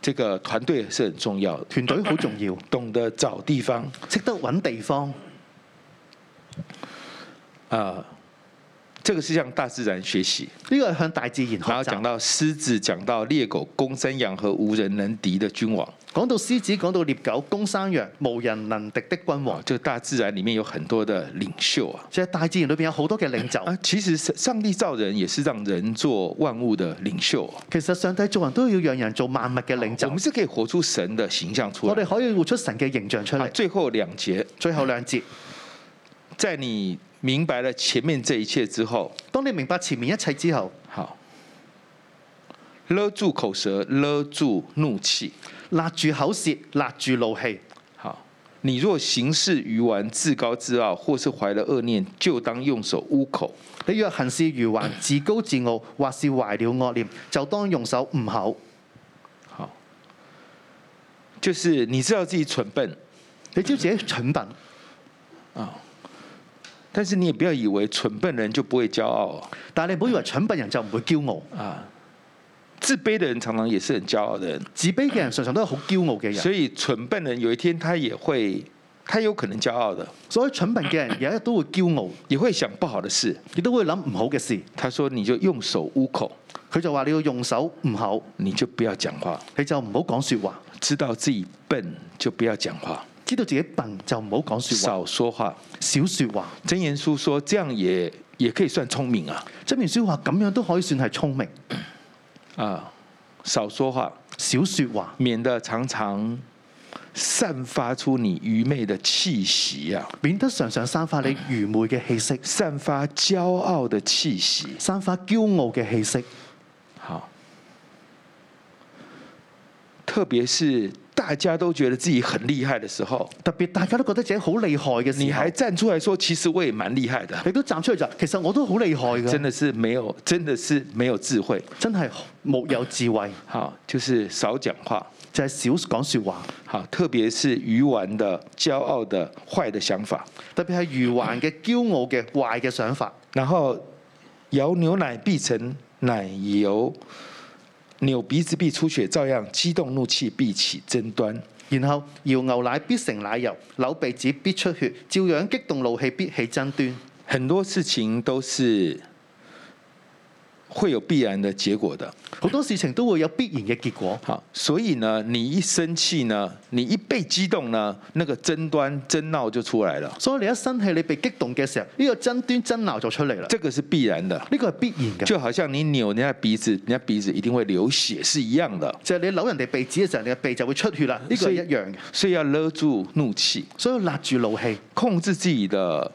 S2: 这个团队是很重要的，
S3: 團隊好重要，
S2: 懂得找地方。
S3: 識得揾地方。
S2: 啊，这个是向大自然学习。
S3: 呢個係向大自然學
S2: 然后讲
S3: 習。
S2: 到狮子，讲到猎狗、公山羊和无人能敌的君王，
S3: 講到獅子，講到獵狗、公山羊，無人能敵的君王。
S2: 这个大自然里面有很多的领袖啊。
S3: 即係大自然裏邊有好多嘅領袖。
S2: 啊，其实上上帝造人也是让人做万物的领袖啊、
S3: 其實上帝做人都要讓人做萬物嘅領
S2: 我
S3: 袖
S2: 们。是可以活出神的形象出
S3: 我
S2: 来
S3: 哋。可以活出神嘅形象出
S2: 啊
S3: 嚟。
S2: 最后两节，
S3: 最後兩節，
S2: 在你明白了前面这一切之后，
S3: 當你明白前面一切之後，
S2: 好，勒住口舌，勒住怒气。
S3: 勒住口舌，勒住怒氣。
S2: 好，你若行事愚顽、自高自傲，或是怀了恶念，就当用手捂口。
S3: 你若行事如橫，自高自傲，或是懷了惡念，就當用手唔口。
S2: 好，就是你知道自己蠢笨
S3: 你知道自己蠢笨，
S2: 啊，但是你也不要以为蠢笨人就不会骄傲哦
S3: 但係你唔好以為蠢笨人就唔會驕傲。
S2: 啊。自卑的人常常也是很驕傲的人，
S3: 自卑嘅人常常都係好驕傲嘅人，
S2: 所以蠢笨人有一天他也会，他有可能驕傲的，
S3: 所以蠢笨嘅人有一日都會驕傲，
S2: 也会想不好的事。
S3: 亦都會諗唔好嘅事。
S2: 他说：“你就用手捂口，
S3: 佢就話你要用手唔口，
S2: 你就不要讲话，
S3: 你就唔好講説話。
S2: 知道自己笨就不要讲话，
S3: 知道自己笨就唔好講説話，
S2: 少说话。”
S3: 少説話。
S2: 真言书说，这样也也可以算聪明啊
S3: 真面書話咁樣都可以算係聰明，
S2: 啊，少说话，
S3: 少説話。
S2: 免得常常散发出你愚昧的气息啊，
S3: 免得常常散發你愚昧嘅氣息，
S2: 散发骄傲的气息。
S3: 散發驕傲嘅氣息。
S2: 好，特别是大家都觉得自己很厲害的时候，
S3: 特別大家都覺得自己好厲害嘅
S2: 你
S3: 時
S2: 还
S3: 候，
S2: 站出来说，其实我也蛮厲害的，
S3: 你都站出嚟就其實我都好厲害
S2: 真
S3: 嘅，
S2: 的是没有，真的是没有智慧。
S3: 真係沒有智慧，
S2: 好，就是少讲话。
S3: 就係、少講説話。
S2: 好，特别是愚顽的、骄傲的、坏的想法。
S3: 特別係愚頑嘅、驕傲嘅、壞嘅想法。
S2: 然后摇牛奶必成奶油，扭鼻子必出血，照样激动怒气必起争端。
S3: 然後搖牛奶必成奶油，扭鼻子必出血，照樣激動怒氣必起爭端。
S2: 很多事情都是会有必然的结果的。
S3: 好多事情都會有必然嘅結果，
S2: 好，所以呢，你一生气呢，你一被激动呢，那个争端争闹就出来了，
S3: 所以你一生氣，你被激動嘅時候，呢、個爭端爭鬧就出嚟啦。
S2: 这个是必然的。
S3: 呢個係必然嘅，
S2: 就好像你扭人家鼻子，人家鼻子一定会流血是一样的。
S3: 就係你扭人哋鼻子嘅時候，你嘅鼻就會出血啦。呢個係
S2: 所以
S3: 一樣嘅。
S2: 所以要勒住怒气，
S3: 所以勒住怒氣，
S2: 控制自己的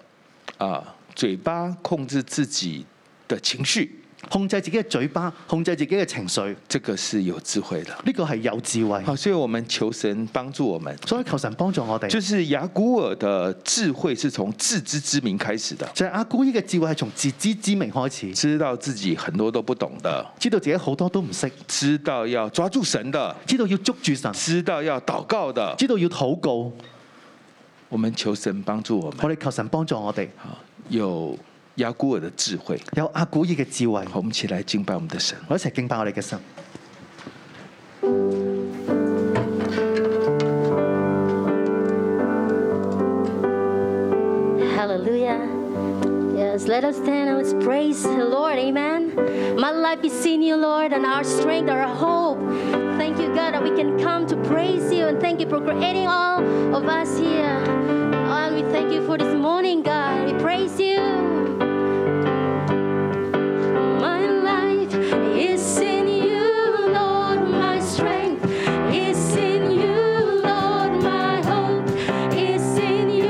S2: 啊、嘴巴，控制自己的情绪，
S3: 控制自己嘅嘴巴，控制自己嘅情緒，
S2: 这个是有智慧的。
S3: 呢個係有智慧。
S2: 好，所以我们求神帮助我们。
S3: 所以求神幫助我哋。
S2: 就是雅古尔的智慧是从自知之明开始的，
S3: 就係阿姑姨嘅智慧係從自知之明開始，
S2: 知道自己很多都不懂的，
S3: 知道自己好多都唔識，
S2: 知道要抓住神的，
S3: 知道要捉住神，
S2: 知道要祷告的。
S3: 知道要禱告。
S2: 我们求神帮助我们，
S3: 我哋求神幫助我哋，
S2: 好，有雅古尔的智慧。
S3: 有阿古爾嘅智慧，
S2: 好，我们一起来敬拜我们的神。
S3: 我一齊敬拜我哋嘅神。
S4: Hallelujah. Yes, let us stand and let's praise the Lord. Amen. My life is in you, Lord, and our strength, our hope. Thank you, God, that we can come to praise you and thank you for creating all of us here. And we thank you for this morning, God. We praise you. My life is in you, Lord, my strength. is in you, Lord, my hope. is in you,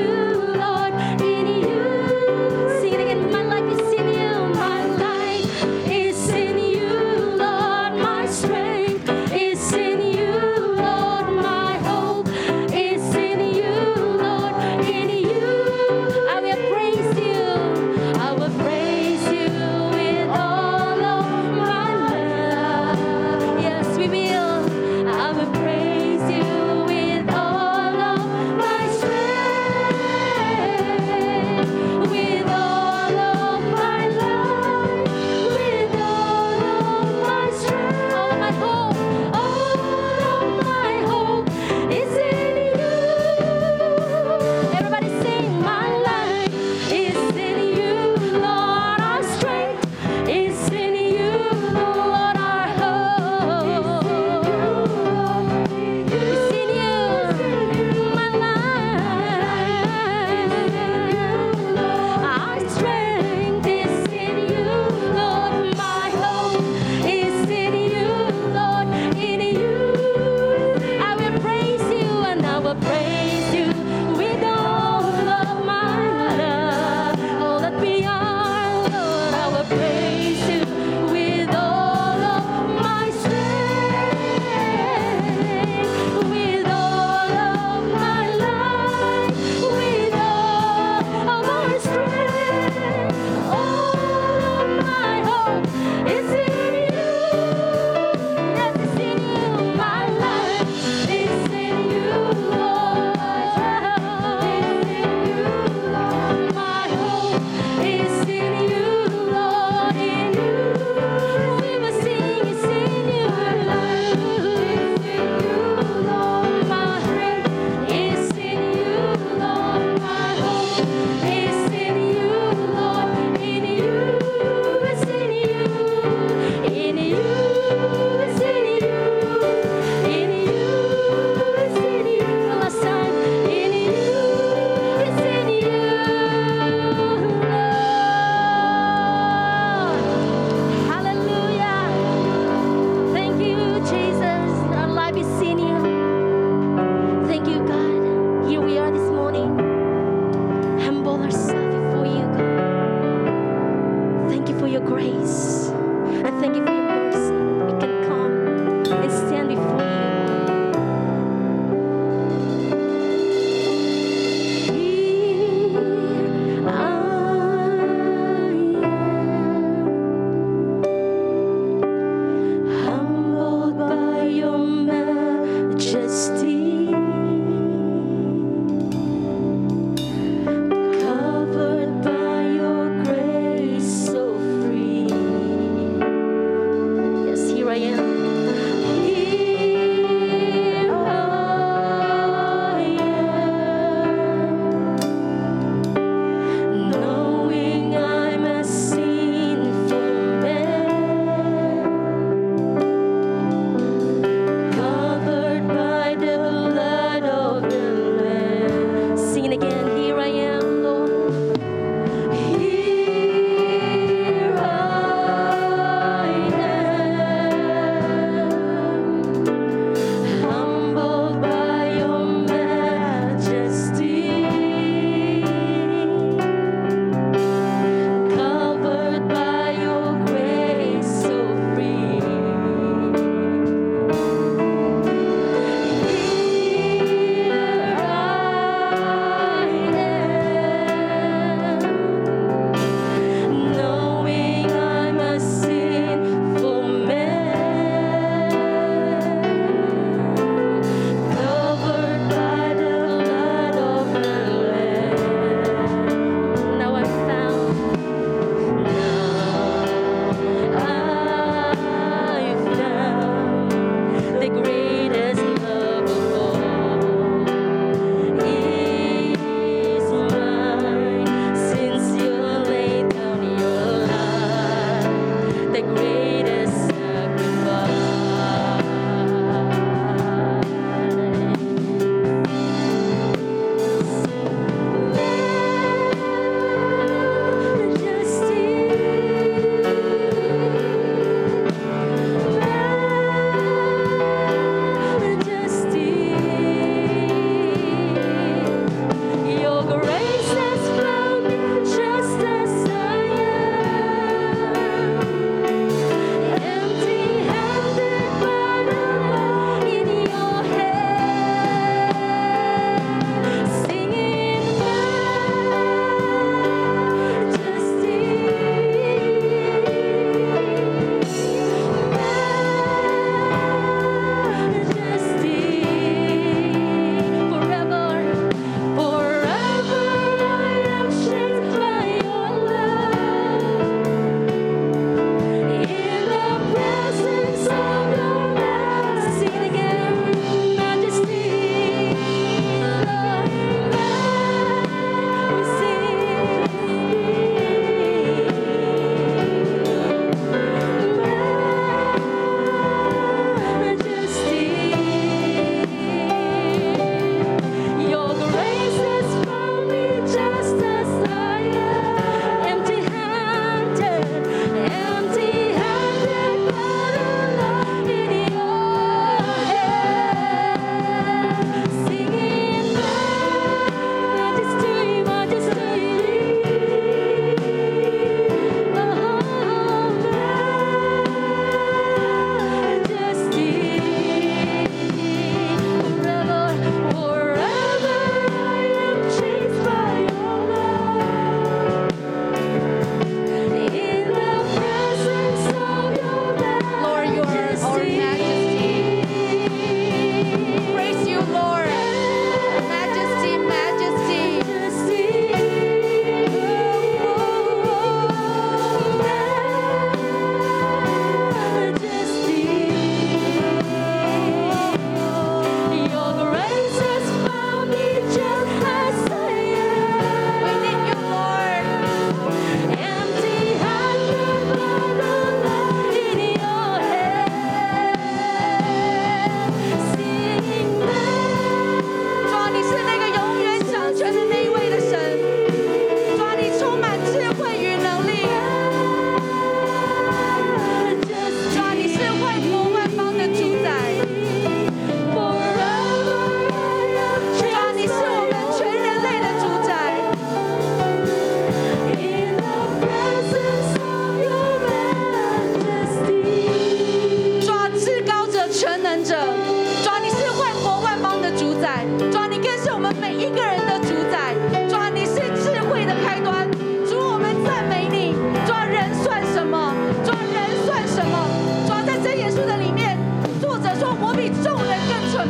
S4: Lord, in you. Sing it again. My life is in you. My life is in you, Lord, my strength. is in you, Lord, my hope. is in you, Lord, in you. I will praise you.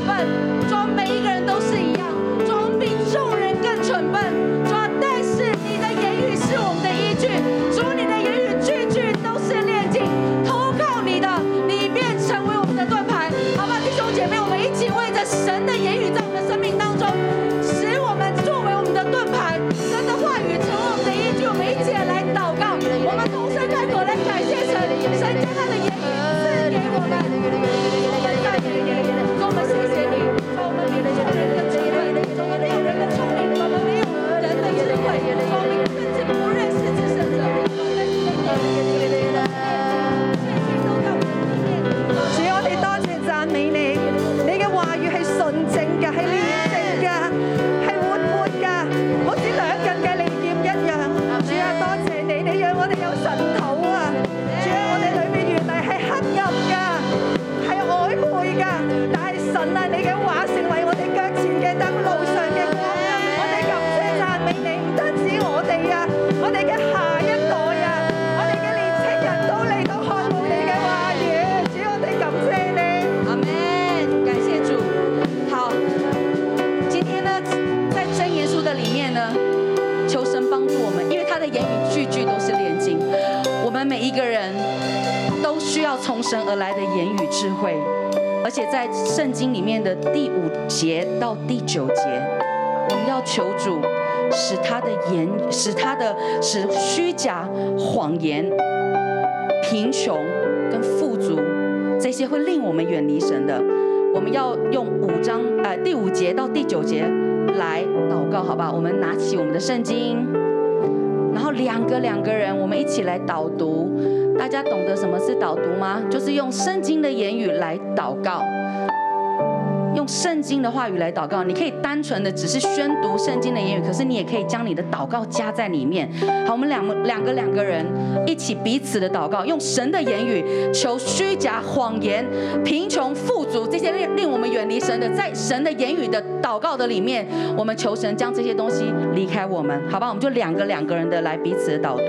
S5: 啊主每一个人都是一样，主比众人更蠢笨，主但是你的言语是我们的依据，主你的言语句句都是炼金，投靠你的，你便成为我们的盾牌，好吧，弟兄姐妹，我们一起为着神的言语在我们的生命当中，使我们作为我们的盾牌，神的话语成为我们的依据，我们一起来祷告，我们同声开口来感谢神，神将他的言语赐给我们，我们赞美你，我们谢谢你，我们比众人更智慧，我们没有人更聪明，我们没有人的智慧，我们甚至不认识至圣者，我们
S6: 主，我哋多謝讚美你，你嘅話語係純正嘅，係廉正嘅，係活潑嘅，好似兩刃嘅利劍一樣。主啊，多謝你，你讓我哋有神土啊！主啊，我哋裏面原嚟係黑暗嘅，係曖昧嘅，但係神啊，你嘅話成為我哋腳前嘅燈，路上嘅光啊！我哋感謝讚美你，唔單止我哋啊，我哋嘅下一代啊，我哋嘅年青人都嚟到看護你嘅話語，主，我哋感謝你。
S5: 阿门，感谢主。好，今天呢，在真言书的里面呢，求神帮助我们，因为他的言语句句都是炼金。我们每一个人都需要从神而来的言语智慧，而且在圣经里面的第五节到第九节，我们要求主使他的言，使他的使虚假谎言贫穷跟富足，这些会令我们远离神的。我们要用五章呃第五节到第九节来祷告，好吧？我们拿起我们的圣经，然后两个两个人，我们一起来导读。大家懂得什么是导读吗？就是用圣经的言语来祷告。用圣经的话语来祷告，你可以单纯的只是宣读圣经的言语，可是你也可以将你的祷告加在里面。好，我们两两个两个人一起彼此的祷告，用神的言语求虚假、谎言、贫穷、富足这些令令我们远离神的，在神的言语的祷告的里面，我们求神将这些东西离开我们，好吧？我们就两个两个人的来彼此的导读。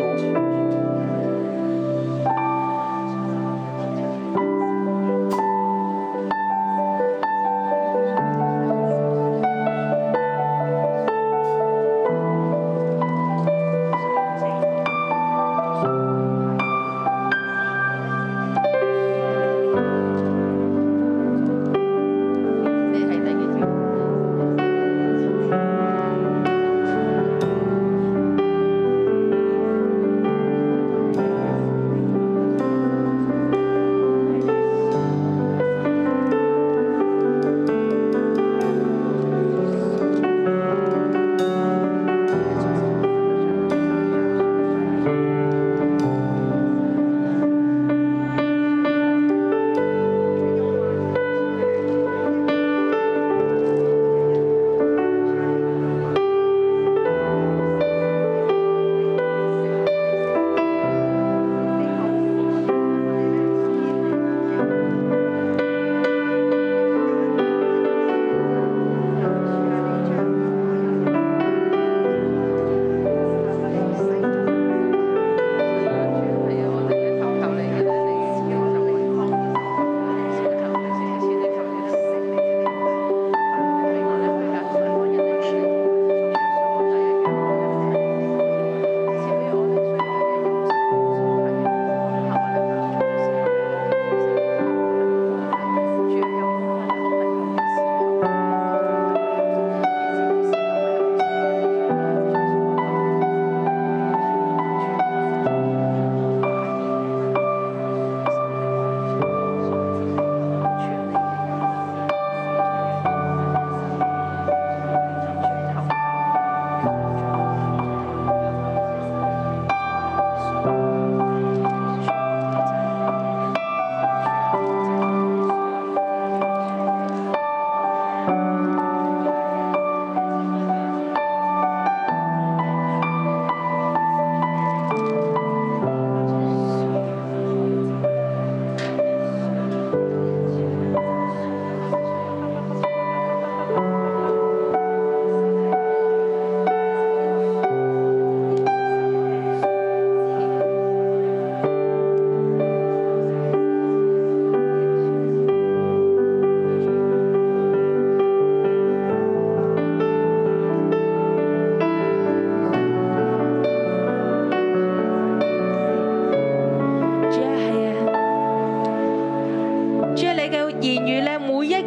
S7: 啊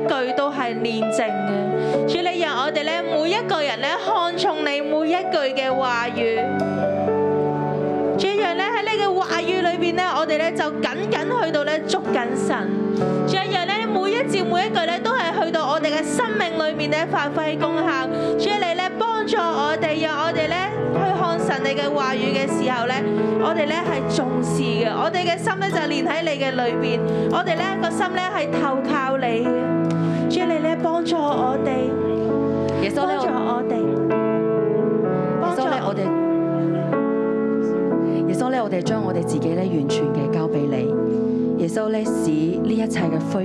S7: 句都係煉淨嘅。主啊你讓我哋咧每一個人咧看重你每一句嘅話語。主啊讓咧喺你嘅話語裏邊咧，我哋咧就緊緊去到咧捉緊神。主讓咧每一字每一句咧都係去到我哋嘅生命裏面咧發揮功效。主你咧幫助我哋，讓我哋咧去看神你嘅話語嘅時候咧，我哋咧係重視嘅，我哋嘅心咧就連喺你嘅裏邊，我哋咧個心咧係投靠你嘅。主你咧幫助我哋，
S8: 耶
S7: 幫
S8: 穌咧，
S7: 助
S8: 我
S7: 我哋，幫
S8: 耶
S7: 助
S8: 穌咧，我哋耶穌咧，我哋將我哋自己咧完全嘅交俾你。耶穌咧，使呢一切嘅虛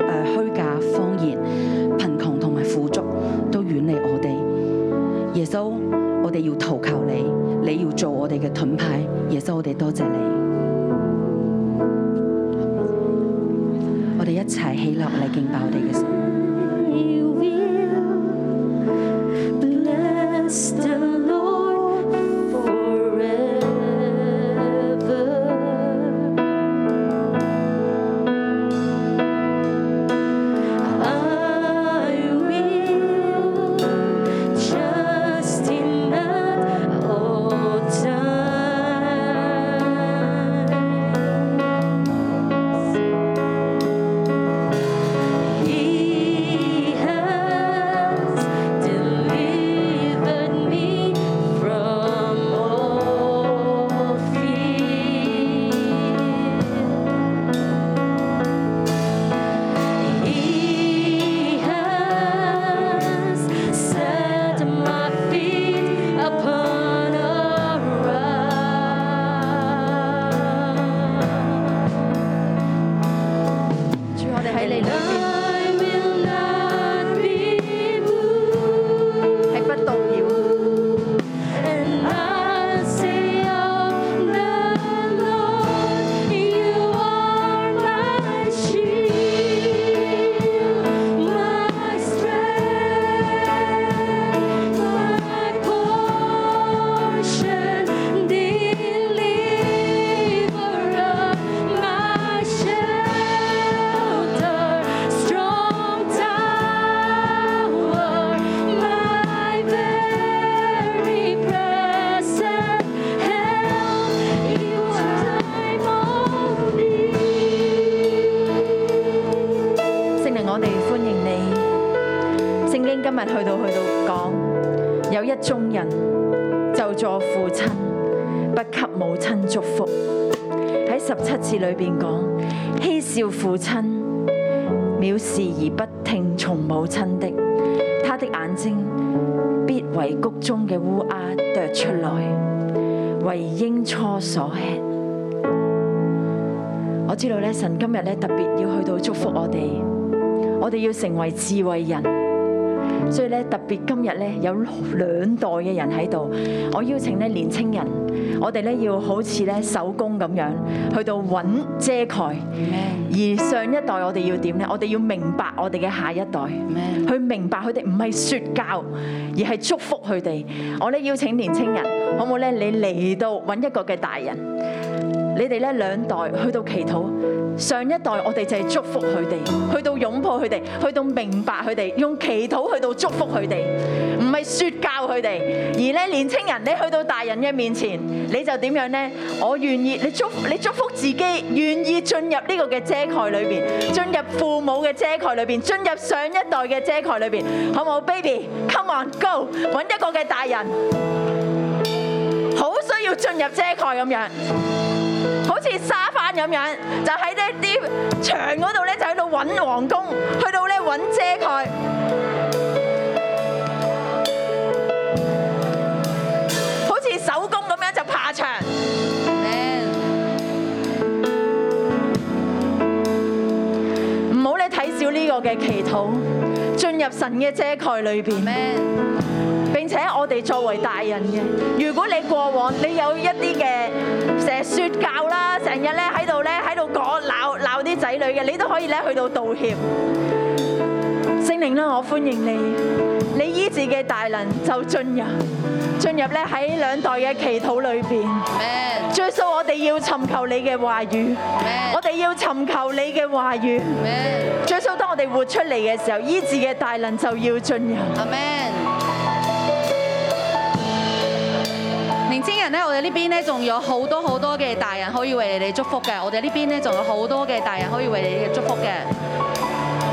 S8: 誒虛假、謊言、貧窮同埋富足都遠離我哋。耶穌，我哋要投靠你，你要做我哋嘅盾牌。耶穌，我哋多謝你。我哋一齊起立嚟敬拜我哋嘅神。
S4: You will bless the Lord forever. I will trust Him at all times. He has delivered me from all fear. He has set my feet upon a rock.
S8: 主，我哋喺你裏
S4: And
S8: 邊
S4: I will not be moved,
S8: 係不動搖。
S4: and I say of the Lord, You are my shield, my strength, my portion, deliverer, my shelter, strong tower, my very present help in time of need.
S8: 聖靈，我哋歡迎你。聖經今日去到去到講，有一眾人就助父親，不給母親祝福。喺十七節裏邊講，嬉笑父親，藐視而不聽從母親的，他的眼睛必為谷中嘅烏鴉啄出來，為鷹雛所吃。我知道咧，神今日咧特別要去到祝福我哋。我哋要成為智慧人，所以咧特別今日咧有兩代嘅人喺度，我邀請咧年青人，我哋咧要好似咧手工咁樣去到揾遮蓋，而上一代我哋要點咧？我哋要明白我哋嘅下一代，去明白佢哋唔係説教，而係祝福佢哋。我咧邀請年青人，好唔好咧？你嚟到揾一個嘅大人。你哋咧兩代去到祈禱，上一代我哋就係祝福佢哋，去到擁抱佢哋，去到明白佢哋，用祈禱去到祝福佢哋，唔係説教佢哋。而咧年青人，你去到大人嘅面前，你就點樣呢？我願意，你祝你祝福自己，願意進入呢個嘅遮蓋裏邊，進入父母嘅遮蓋裏邊，進入上一代嘅遮蓋裏邊，好冇？Baby，come on go，揾一個嘅大人，好需要進入遮蓋咁樣。好似沙番咁樣，就喺呢啲牆嗰度咧，就喺度揾皇宮，去到咧揾遮蓋。好似手工咁樣就爬牆。唔好你睇少呢個嘅祈禱，進入神嘅遮蓋裏邊。並且我哋作為大人嘅，如果你過往你有一啲嘅成日説教啦，成日咧喺度咧喺度講鬧鬧啲仔女嘅，你都可以咧去到道歉。聖靈啦，我歡迎你，你醫治嘅大能就進入，進入咧喺兩代嘅祈禱裏邊。最數我哋要尋求你嘅話語，我哋要尋求你嘅話語。最數當我哋活出嚟嘅時候，醫治嘅大能就要進入。
S5: 年青人咧，我哋呢邊咧仲有好多好多嘅大人可以為你哋祝福嘅，我哋呢邊咧仲有好多嘅大人可以為你哋祝福嘅。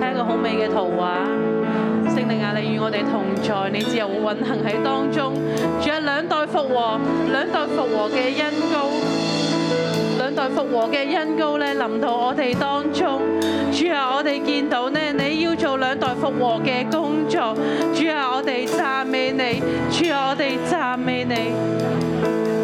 S3: 係一個好美嘅圖畫。聖靈啊，你與我哋同在，你自由會運行喺當中。仲有兩代復和，兩代復和嘅恩膏，兩代復和嘅恩膏咧臨到我哋當中。主啊，我哋見到咧，你要做兩代復和嘅工作。主啊，我哋讚美你。主啊，我哋讚美你。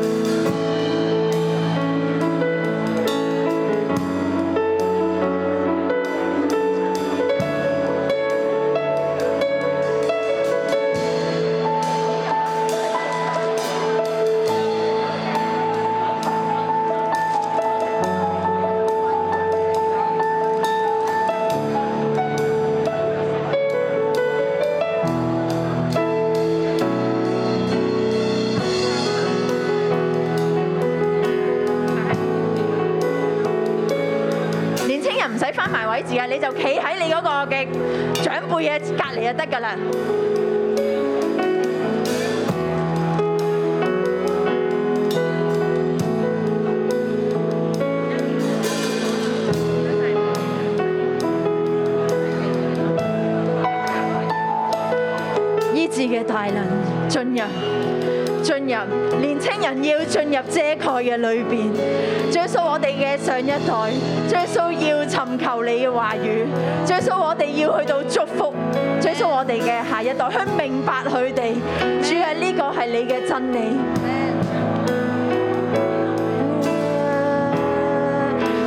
S8: 年青人唔使翻埋位置啊，你就企喺你嗰個嘅長輩嘅隔離就得㗎啦。醫治嘅大能進入，進入年青人要進入遮蓋嘅裏邊。最數我哋嘅上一代，最數要尋求你嘅話語，最數我哋要去到祝福，最數我哋嘅下一代去明白佢哋。主啊，呢個係你嘅真理。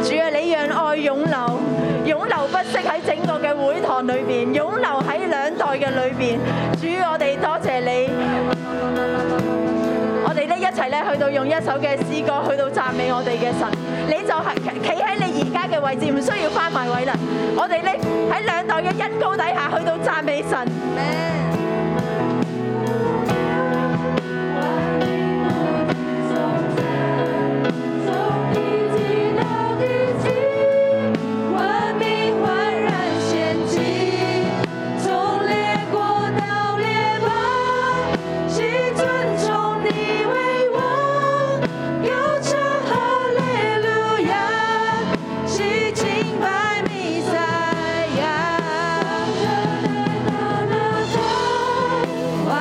S8: 主啊，你讓愛湧流，湧流不息喺整個嘅會堂裏邊，湧流喺兩代嘅裏邊。主，我哋多謝你。我哋咧一齊咧去到用一首嘅詩歌去到讚美我哋嘅神，你就係企喺你而家嘅位置，唔需要翻埋位啦。我哋咧喺兩代嘅恩高底下去到讚美神。
S4: 万民焕然仙境，从列国到列邦，心尊崇你为王，高唱哈利路亚，齐敬拜弥赛亚。这来到了他。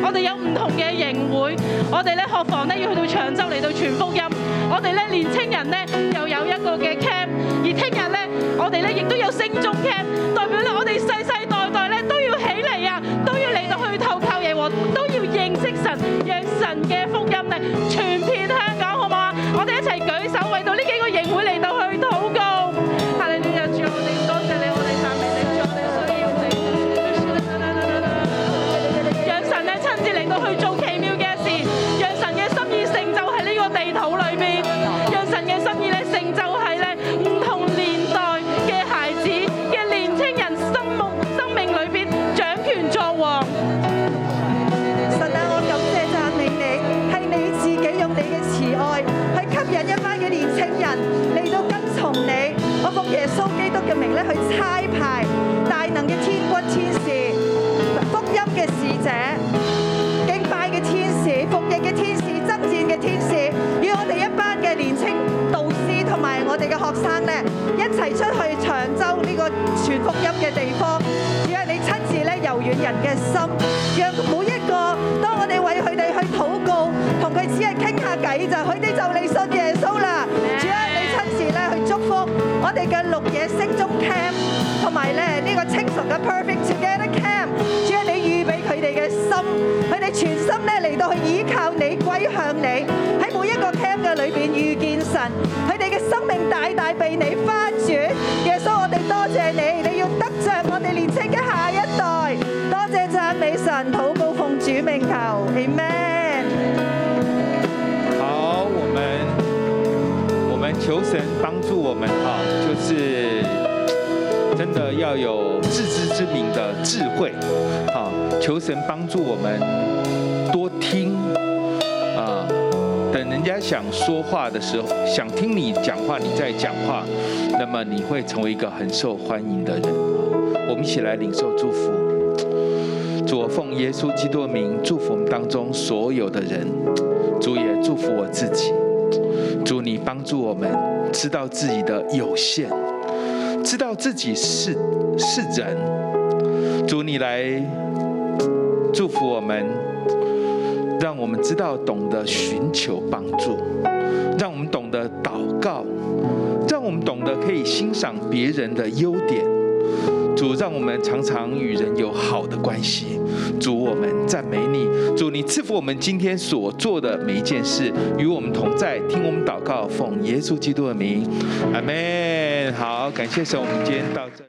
S7: 我哋有唔同嘅營會，我哋咧學房咧要去到長洲嚟到傳福音，我哋咧年青人咧又有一個嘅 camp，而聽日咧我哋咧亦都有升中 camp，代表咧我哋世世代代咧都要起嚟啊，都要嚟到去投靠耶和華，都要認識神，讓神嘅福音咧傳遍香港，好唔好啊？我哋一齊舉手為到呢幾個營會嚟到去禱告。哈利路亞，主啊我哋多謝你，我哋讚美你，主啊我哋需要你。讓神咧親自嚟到去做奇妙嘅事，讓神嘅心意成就喺呢個地土裏邊，讓神嘅心意咧成就喺咧唔同年代嘅孩子嘅年青人心目生命裏邊掌權作王。
S6: 神啊，我感謝讚美你，係你自己用你嘅慈愛去吸引一班嘅年青人嚟到跟從你。我奉耶穌基督嘅名咧去差派大能嘅天軍天使、福音嘅使者、敬拜嘅天使、服役嘅天使、爭戰嘅天使，與我哋一班嘅年青導師同埋我哋嘅學生咧一齊出去長洲呢個全福音嘅地方，只係你親自咧柔軟人嘅心。讓每一個，當我哋為佢哋去禱告，同佢只係傾下偈就，佢哋就嚟信耶穌啦。主啊，你親自咧去祝福我哋嘅綠野星中 camp，同埋咧呢個清純嘅 Perfect Together camp。主啊，你預備佢哋嘅心，佢哋全心咧嚟到去倚靠你，歸向你。喺每一個 camp 嘅裏邊遇見神，佢哋嘅生命大大被你翻轉。耶穌，我哋多謝你，你要得着我哋年青嘅下一代。多謝讚美神，禱告奉主名求，Amen。
S2: 好，我们我们求神帮助我们哈、就是真的要有自知之明的智慧，好，求神帮助我们多听啊、等人家想说话的时候，想听你讲话，你再讲话，那么你会成为一个很受欢迎的人。我们一起来领受祝福。主，我啊奉耶稣基督的名祝福我们当中所有的人，主也祝福我自己。主，你帮助我们知道自己的有限，知道自己是是人。主，你来祝福我们，让我们知道懂得寻求帮助，让我们懂得祷告，让我们懂得可以欣赏别人的优点。主，让我们常常与人有好的关系。主，我们赞美你。主，你赐福我们今天所做的每一件事，与我们同在，听我们祷告，奉耶稣基督的名，阿门。好，感谢神，我们今天到这里。